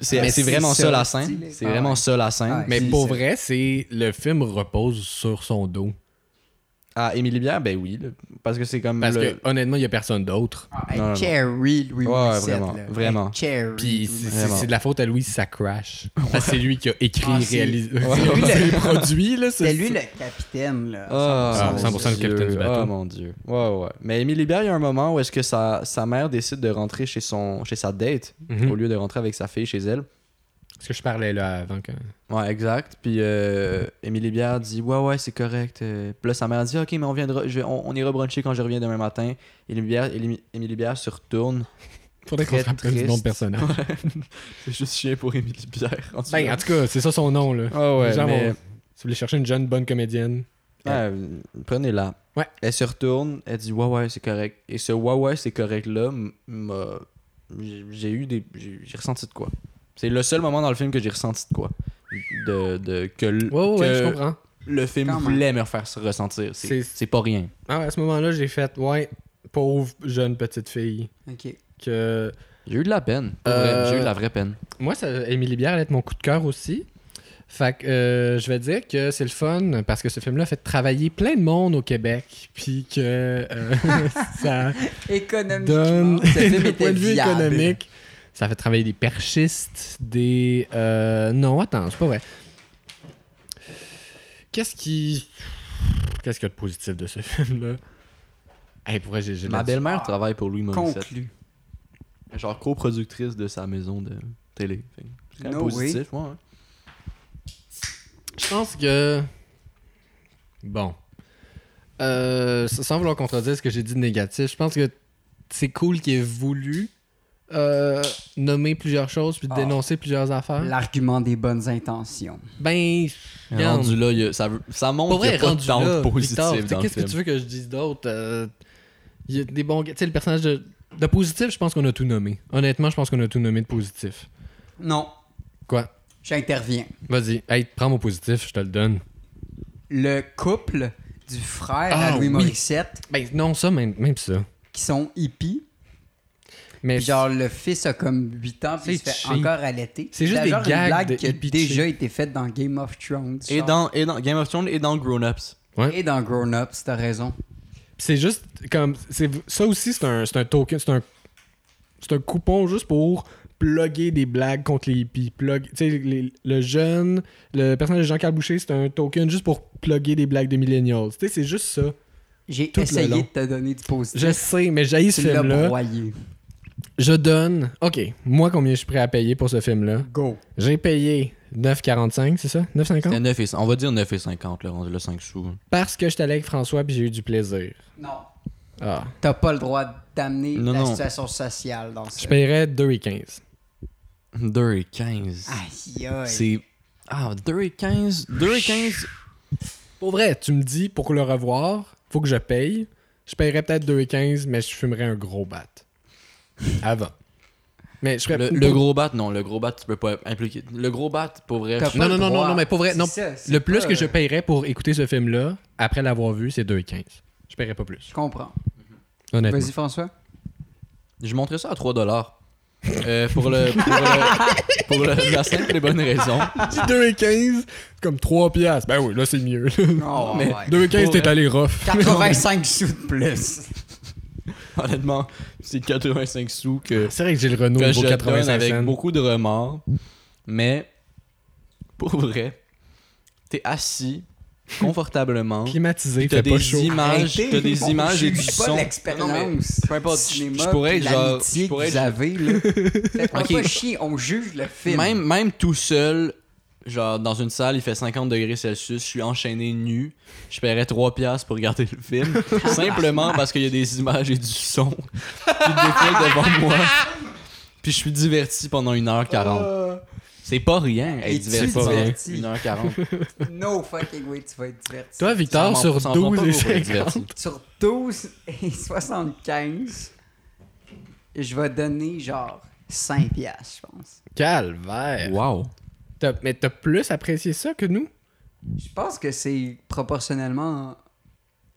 Speaker 3: c'est
Speaker 1: Mais
Speaker 3: c'est
Speaker 1: c'est
Speaker 3: vraiment
Speaker 1: ça,
Speaker 3: ça, la
Speaker 1: stylé.
Speaker 3: scène. C'est
Speaker 1: Ah
Speaker 3: vraiment
Speaker 1: ouais.
Speaker 3: ça la scène.
Speaker 1: Ah ouais.
Speaker 2: Mais
Speaker 3: Puis
Speaker 2: pour
Speaker 3: c'est-
Speaker 2: vrai, c'est le film repose sur son dos
Speaker 3: Ah Émilie Bière, ben oui, là. parce que c'est comme
Speaker 2: parce
Speaker 3: le-
Speaker 2: que honnêtement, il y a personne d'autre.
Speaker 1: Hey,
Speaker 3: non, non.
Speaker 1: Cherry, Louis
Speaker 3: Ouais,
Speaker 1: Morissette,
Speaker 3: vraiment,
Speaker 1: là.
Speaker 3: vraiment.
Speaker 1: Hey, Cherry.
Speaker 2: Puis
Speaker 1: Louis
Speaker 2: c'est- c'est
Speaker 3: Vraiment.
Speaker 2: c'est de la faute à Louis si ça crash. Parce que c'est lui qui a écrit,
Speaker 1: Ah, c'est-
Speaker 2: réalisé,
Speaker 1: Ouais. C'est lui le-
Speaker 2: c'est le produit. là,
Speaker 1: C'est lui le capitaine, là.
Speaker 2: Ah,
Speaker 3: Ah, mon
Speaker 2: 100% le
Speaker 3: Dieu.
Speaker 2: capitaine du bateau.
Speaker 3: Ah, mon dieu. Ouais, ouais. Mais Émilie Bière, il y a un moment où est-ce que sa, sa mère décide de rentrer chez, son, chez sa date
Speaker 2: Mhm.
Speaker 3: au lieu de rentrer avec sa fille chez elle.
Speaker 2: Parce que je parlais là avant que...
Speaker 3: Ouais, exact. Puis euh, Émilie Bière dit Ouais, ouais, c'est correct. Euh, puis là, sa mère dit Ok, mais on, viendra, je vais- on, on ira bruncher quand je reviens demain matin. Émilie Bière, Éli- Émilie Bière se retourne.
Speaker 2: Faudrait qu'on
Speaker 3: Très
Speaker 2: se rappelle du nom de
Speaker 3: triste.
Speaker 2: personnage.
Speaker 3: C'est juste chien pour Émilie Bière. En
Speaker 2: Ben, en tout cas, c'est ça son nom. Là.
Speaker 3: Ah ouais,
Speaker 2: Genre,
Speaker 3: mais-
Speaker 2: on- Si vous voulez chercher une jeune bonne comédienne.
Speaker 3: Ouais, euh, prenez-la.
Speaker 2: Ouais.
Speaker 3: Elle se retourne, elle dit ouais ouais c'est correct. Et ce ouais ouais c'est correct là, m'a- j'ai j'ai eu des, j'ai j'ai ressenti de quoi. C'est le seul moment dans le film que j'ai ressenti de quoi. De, de- que, l-
Speaker 2: Ouais, ouais, ouais,
Speaker 3: que
Speaker 2: je comprends.
Speaker 3: le film
Speaker 1: Quand même.
Speaker 3: voulait me faire se ressentir. C'est
Speaker 2: C'est-
Speaker 3: c'est pas rien.
Speaker 2: Ah, à ce moment-là, j'ai fait, ouais, pauvre jeune petite fille.
Speaker 1: OK.
Speaker 2: Que...
Speaker 3: J'ai eu de la peine. pour
Speaker 2: Euh,
Speaker 3: vrai. J'ai eu de la vraie peine.
Speaker 2: Moi, ça, Émilie Bière allait être mon coup de cœur aussi. Fait que euh, je vais dire que c'est le fun parce que ce film-là a fait travailler plein de monde au Québec. Puis que euh, ça.
Speaker 1: Économiquement,
Speaker 2: donne
Speaker 1: ce film
Speaker 2: d'un
Speaker 1: était
Speaker 2: point de vue
Speaker 1: viable.
Speaker 2: économique. Ça fait travailler des perchistes, des. euh, Non, attends, c'est pas vrai. Qu'est-ce qui. Qu'est-ce qu'il y a de positif de ce film-là Hey, pour vrai, j'ai- j'ai de la-
Speaker 3: Ma belle-mère travaille pour Louis Morissette.
Speaker 1: Conclu.
Speaker 3: Genre coproductrice de sa maison de télé. Fait que C'est quand même
Speaker 1: No
Speaker 3: positif, moi. hein.
Speaker 2: Je pense que. Bon. Euh, s- sans vouloir contredire ce que j'ai dit de négatif, je pense que c'est cool qu'il ait voulu euh, nommer plusieurs choses puis
Speaker 1: Ah.
Speaker 2: dénoncer plusieurs affaires.
Speaker 1: L'argument des bonnes intentions.
Speaker 2: Ben,
Speaker 3: Mais
Speaker 2: regarde.
Speaker 3: Rendu là, il y a- ça, veut- ça montre
Speaker 2: Pour
Speaker 3: qu'il y
Speaker 2: vrai,
Speaker 3: a pas
Speaker 2: rendu
Speaker 3: de temps
Speaker 2: là,
Speaker 3: positif
Speaker 2: Victor, tu sais,
Speaker 3: dans le
Speaker 2: qu'est-ce que
Speaker 3: film.
Speaker 2: tu veux que je dise d'autre Euh, Il y a des bons gars. Tu sais, le personnage de, de positif, je pense qu'on a tout nommé. Honnêtement, je pense qu'on a tout nommé de positif.
Speaker 1: Non,
Speaker 2: Quoi
Speaker 1: j'interviens.
Speaker 2: Vas-y, hey, prends mon positif, je te le donne.
Speaker 1: Le couple du frère
Speaker 2: Ah,
Speaker 1: à Louis
Speaker 2: oui.
Speaker 1: Morissette
Speaker 2: Ben non, ça, même, même ça.
Speaker 1: qui sont hippies.
Speaker 2: Mais
Speaker 1: Puis genre, le fils a comme 8 ans, puis il se
Speaker 2: C'est
Speaker 1: fait
Speaker 2: cheap.
Speaker 1: encore allaiter.
Speaker 2: C'est juste
Speaker 1: la
Speaker 2: des
Speaker 1: genre une
Speaker 2: gags
Speaker 1: blague
Speaker 2: de
Speaker 1: qui a
Speaker 2: hippie
Speaker 1: déjà été faite dans Game of Thrones.
Speaker 3: Et
Speaker 1: genre.
Speaker 3: dans, et dans Game of Thrones et dans Grown Ups.
Speaker 1: Et dans Grown Ups, t'as raison.
Speaker 2: c'est juste comme. c'est- Ça aussi, c'est un, c'est un token, c'est un, c'est un coupon juste pour plugger des blagues contre les hippies. Plug, tu sais, les- le jeune, le personnage de Jean-Carl Boucher, c'est un token juste pour plugger des blagues de millennials. Tu sais, c'est juste ça.
Speaker 1: J'ai
Speaker 2: Tout le
Speaker 1: essayé
Speaker 2: long.
Speaker 1: de te donner du positif.
Speaker 2: Je sais, mais j'ai ce
Speaker 1: tu l'as
Speaker 2: film-là.
Speaker 1: broyé.
Speaker 2: Je donne. OK, moi, combien je suis prêt à payer pour ce film-là?
Speaker 1: Go.
Speaker 2: J'ai payé 9,45, c'est ça? 9,50?
Speaker 3: C'était 9 et- on va dire 9 et 50, le rendu le 5 sous.
Speaker 2: Parce que j'étais allé avec François puis j'ai eu du plaisir.
Speaker 1: Non.
Speaker 2: Ah.
Speaker 1: T'as pas le droit d'amener
Speaker 3: Non,
Speaker 1: la
Speaker 3: non.
Speaker 1: situation sociale dans
Speaker 2: Je
Speaker 1: ça.
Speaker 2: paierais 2,15.
Speaker 3: 2 et 15.
Speaker 1: Aïe, aïe.
Speaker 3: C'est. Ah, 2 et 15. 2 et 15.
Speaker 2: Pour vrai, tu me dis pour le revoir, faut que je paye. Je paierais peut-être 2,15, mais je fumerais un gros bat. Avant. Mais je serais.
Speaker 3: Le, le gros bat, non, le gros bat, tu peux pas impliquer. Le gros bat, pour vrai.
Speaker 1: T'as
Speaker 3: je-
Speaker 1: pas
Speaker 2: Non, non,
Speaker 1: le
Speaker 2: non, non,
Speaker 1: droit.
Speaker 2: non, mais pour vrai,
Speaker 1: C'est
Speaker 2: non.
Speaker 1: ça, c'est
Speaker 2: Le plus
Speaker 1: pas-
Speaker 2: que je paierais pour écouter ce film-là, après l'avoir vu, c'est 2,15. Je paierais pas plus.
Speaker 1: Je comprends.
Speaker 2: Honnêtement.
Speaker 1: Vas-y, François.
Speaker 3: Je montrais ça à 3 dollars. Euh, pour le. Pour, le- pour le- la simple et bonne raison.
Speaker 2: 2,15, comme 3 piastres. Ben oui, là, c'est mieux.
Speaker 1: Oh,
Speaker 3: mais-
Speaker 1: ouais.
Speaker 2: 2,15,
Speaker 3: t'es
Speaker 2: t'es allé rough.
Speaker 1: 85 sous de plus.
Speaker 3: Honnêtement, c'est 85 sous que,
Speaker 2: C'est vrai que j'ai le Renault
Speaker 3: que
Speaker 2: pour
Speaker 3: je donne
Speaker 2: 85
Speaker 3: avec
Speaker 2: cents.
Speaker 3: beaucoup de remords. Mais, pour vrai, t'es assis confortablement.
Speaker 2: Climatisé,
Speaker 3: Puis
Speaker 2: fait
Speaker 3: t'as
Speaker 2: pas
Speaker 3: des
Speaker 2: chaud.
Speaker 3: images,
Speaker 1: Arrêtez,
Speaker 3: t'as des
Speaker 1: on
Speaker 3: images et
Speaker 1: juge
Speaker 3: du
Speaker 1: pas
Speaker 3: son. Non, mais-
Speaker 1: l'expérience.
Speaker 3: peu importe,
Speaker 1: du
Speaker 3: je-
Speaker 1: cinéma,
Speaker 3: je pourrais,
Speaker 1: puis
Speaker 3: genre,
Speaker 1: l'amitié
Speaker 3: je pourrais,
Speaker 1: que vous
Speaker 3: genre-
Speaker 1: avez, là. Faites-moi
Speaker 3: Ok.
Speaker 1: pas chier, on juge le film.
Speaker 3: Même, même tout seul, genre dans une salle, il fait 50 degrés Celsius, je suis enchaîné nu, je paierais 3 piastres pour regarder le
Speaker 1: Ah,
Speaker 3: film, simplement parce qu'il y a des images et du son qui défilent devant moi. Puis je suis diverti pendant 1h40. C'est pas rien,
Speaker 1: Euh. Es-tu
Speaker 3: être diverti
Speaker 1: diverti?
Speaker 3: pendant 1h40.
Speaker 1: No fucking way, tu vas être diverti.
Speaker 2: Toi, Victor,
Speaker 3: Ça
Speaker 2: sur
Speaker 3: m'en- ça m'en
Speaker 2: 12
Speaker 3: prend pas
Speaker 2: et
Speaker 3: pour
Speaker 2: 50.
Speaker 3: être diverti.
Speaker 1: Sur 12 et 75, je vais donner genre 5 piastres, je pense.
Speaker 2: Calvaire.
Speaker 3: Wow.
Speaker 2: T'as- mais t'as plus apprécié ça que nous?
Speaker 1: Je pense que c'est proportionnellement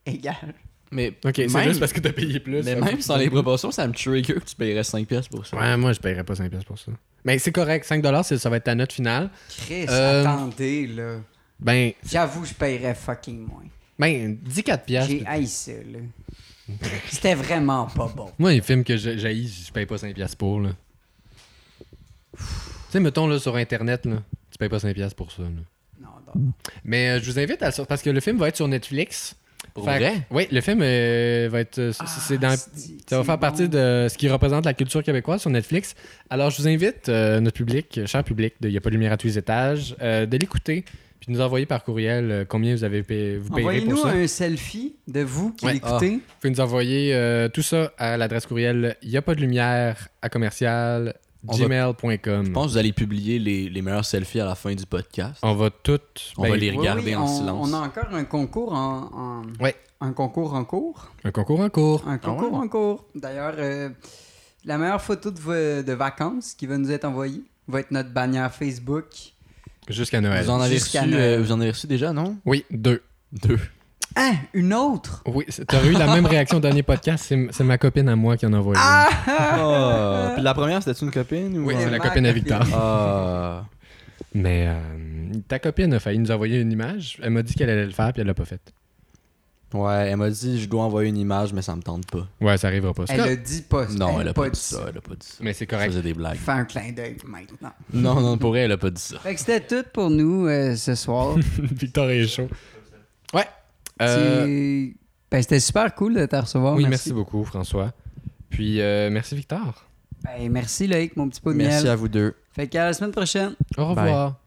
Speaker 1: égal.
Speaker 3: Mais
Speaker 2: Ok, c'est
Speaker 3: même-
Speaker 2: juste parce que t'as payé plus.
Speaker 3: mais
Speaker 2: Ok.
Speaker 3: même sans les proportions, ça me trigger que tu paierais 5 piastres pour ça.
Speaker 2: Ouais, moi, je paierais pas 5$ piastres pour ça. Mais c'est correct, 5$, c'est- ça va être ta note finale.
Speaker 1: Chris,
Speaker 2: Euh,
Speaker 1: attendez, là.
Speaker 2: Ben,
Speaker 1: J'avoue, je paierais fucking moins.
Speaker 2: ben, 14$. piastres.
Speaker 1: J'ai haï ça, là. C'était vraiment pas bon.
Speaker 2: Moi, les films que je- j'haïs, je paye pas 5$ piastres pour, là. Tu sais, mettons, là, sur Internet, là, tu payes pas 5$ piastres pour ça, là.
Speaker 1: Non, non, non.
Speaker 2: Mais euh, je vous invite à le sur- parce que le film va être sur Netflix.
Speaker 3: Pour
Speaker 2: Fait que-
Speaker 3: vrai?
Speaker 2: Oui, le film euh, va être. euh, c- c'est dans-
Speaker 1: Ah, c'est-
Speaker 2: ça va
Speaker 1: c'est
Speaker 2: faire partie
Speaker 1: bon.
Speaker 2: de ce qui représente la culture québécoise sur Netflix. Alors, je vous invite, euh, notre public, euh, cher public de Il n'y a pas de lumière à tous les étages, euh, de l'écouter puis de nous envoyer par courriel euh, combien vous avez payé, vous payerez pour
Speaker 1: Envoyez-nous hein.
Speaker 2: ça.
Speaker 1: un selfie de vous qui
Speaker 2: Ouais. Ah,
Speaker 1: l'écoutez.
Speaker 2: Vous pouvez nous envoyer euh, tout ça à l'adresse courriel Il n'y a pas de lumière à commercial
Speaker 3: On va- Je
Speaker 2: gmail.com.
Speaker 3: pense que vous allez publier les, les meilleurs selfies à la fin du podcast.
Speaker 2: On va tout.
Speaker 3: On va
Speaker 2: ben,
Speaker 3: les regarder
Speaker 1: Oui, oui,
Speaker 3: en
Speaker 1: on,
Speaker 3: silence.
Speaker 1: On a encore un concours en, en-
Speaker 2: Ouais. Ah
Speaker 1: un concours en cours.
Speaker 2: Un concours en cours.
Speaker 1: Un concours
Speaker 3: Ah
Speaker 1: en cours. D'ailleurs, euh, la meilleure photo de, vo- de vacances qui va nous être envoyée va être notre bannière Facebook.
Speaker 2: Jusqu'à Noël.
Speaker 3: Vous en, avez reçu,
Speaker 1: Jusqu'à Noël.
Speaker 3: euh, vous en avez reçu déjà, non?
Speaker 2: Oui, deux.
Speaker 3: Deux.
Speaker 1: Ah, une autre!
Speaker 2: Oui, c'est- t'aurais eu la même réaction au dernier podcast. C'est, c'est ma copine à moi qui en a envoyé. Ah!
Speaker 3: Ah! Puis la première, c'était une copine? Ou...
Speaker 2: Oui, c'est la
Speaker 1: ma
Speaker 2: copine à
Speaker 1: copine.
Speaker 2: Victor.
Speaker 3: Ah.
Speaker 2: Mais euh, ta copine a failli nous envoyer une image. Elle m'a dit qu'elle allait le faire, puis elle l'a pas fait.
Speaker 3: Ouais, elle m'a dit, je dois envoyer une image, mais ça me tente pas.
Speaker 2: Ouais, ça arrivera pas. C'est
Speaker 1: Elle
Speaker 2: correct.
Speaker 1: le dit pas.
Speaker 3: Non, elle a pas dit
Speaker 1: dit
Speaker 3: ça, elle a pas dit ça.
Speaker 2: Mais c'est
Speaker 3: Elle
Speaker 2: correct.
Speaker 3: faisait des blagues.
Speaker 1: Fais un clin d'œil maintenant.
Speaker 3: Non, non, pour elle, elle a pas dit ça.
Speaker 1: Fait que c'était tout pour nous euh, ce soir.
Speaker 2: Victor est chaud. Ouais. Euh,
Speaker 1: C'est- Ben, c'était super cool de te recevoir.
Speaker 2: oui, merci.
Speaker 1: merci.
Speaker 2: beaucoup, François. Puis euh, merci, Victor.
Speaker 1: Ben, merci Loïc, mon petit pot de
Speaker 3: Merci
Speaker 1: miel.
Speaker 3: à vous deux.
Speaker 1: Fait qu'à la semaine prochaine.
Speaker 2: Au revoir.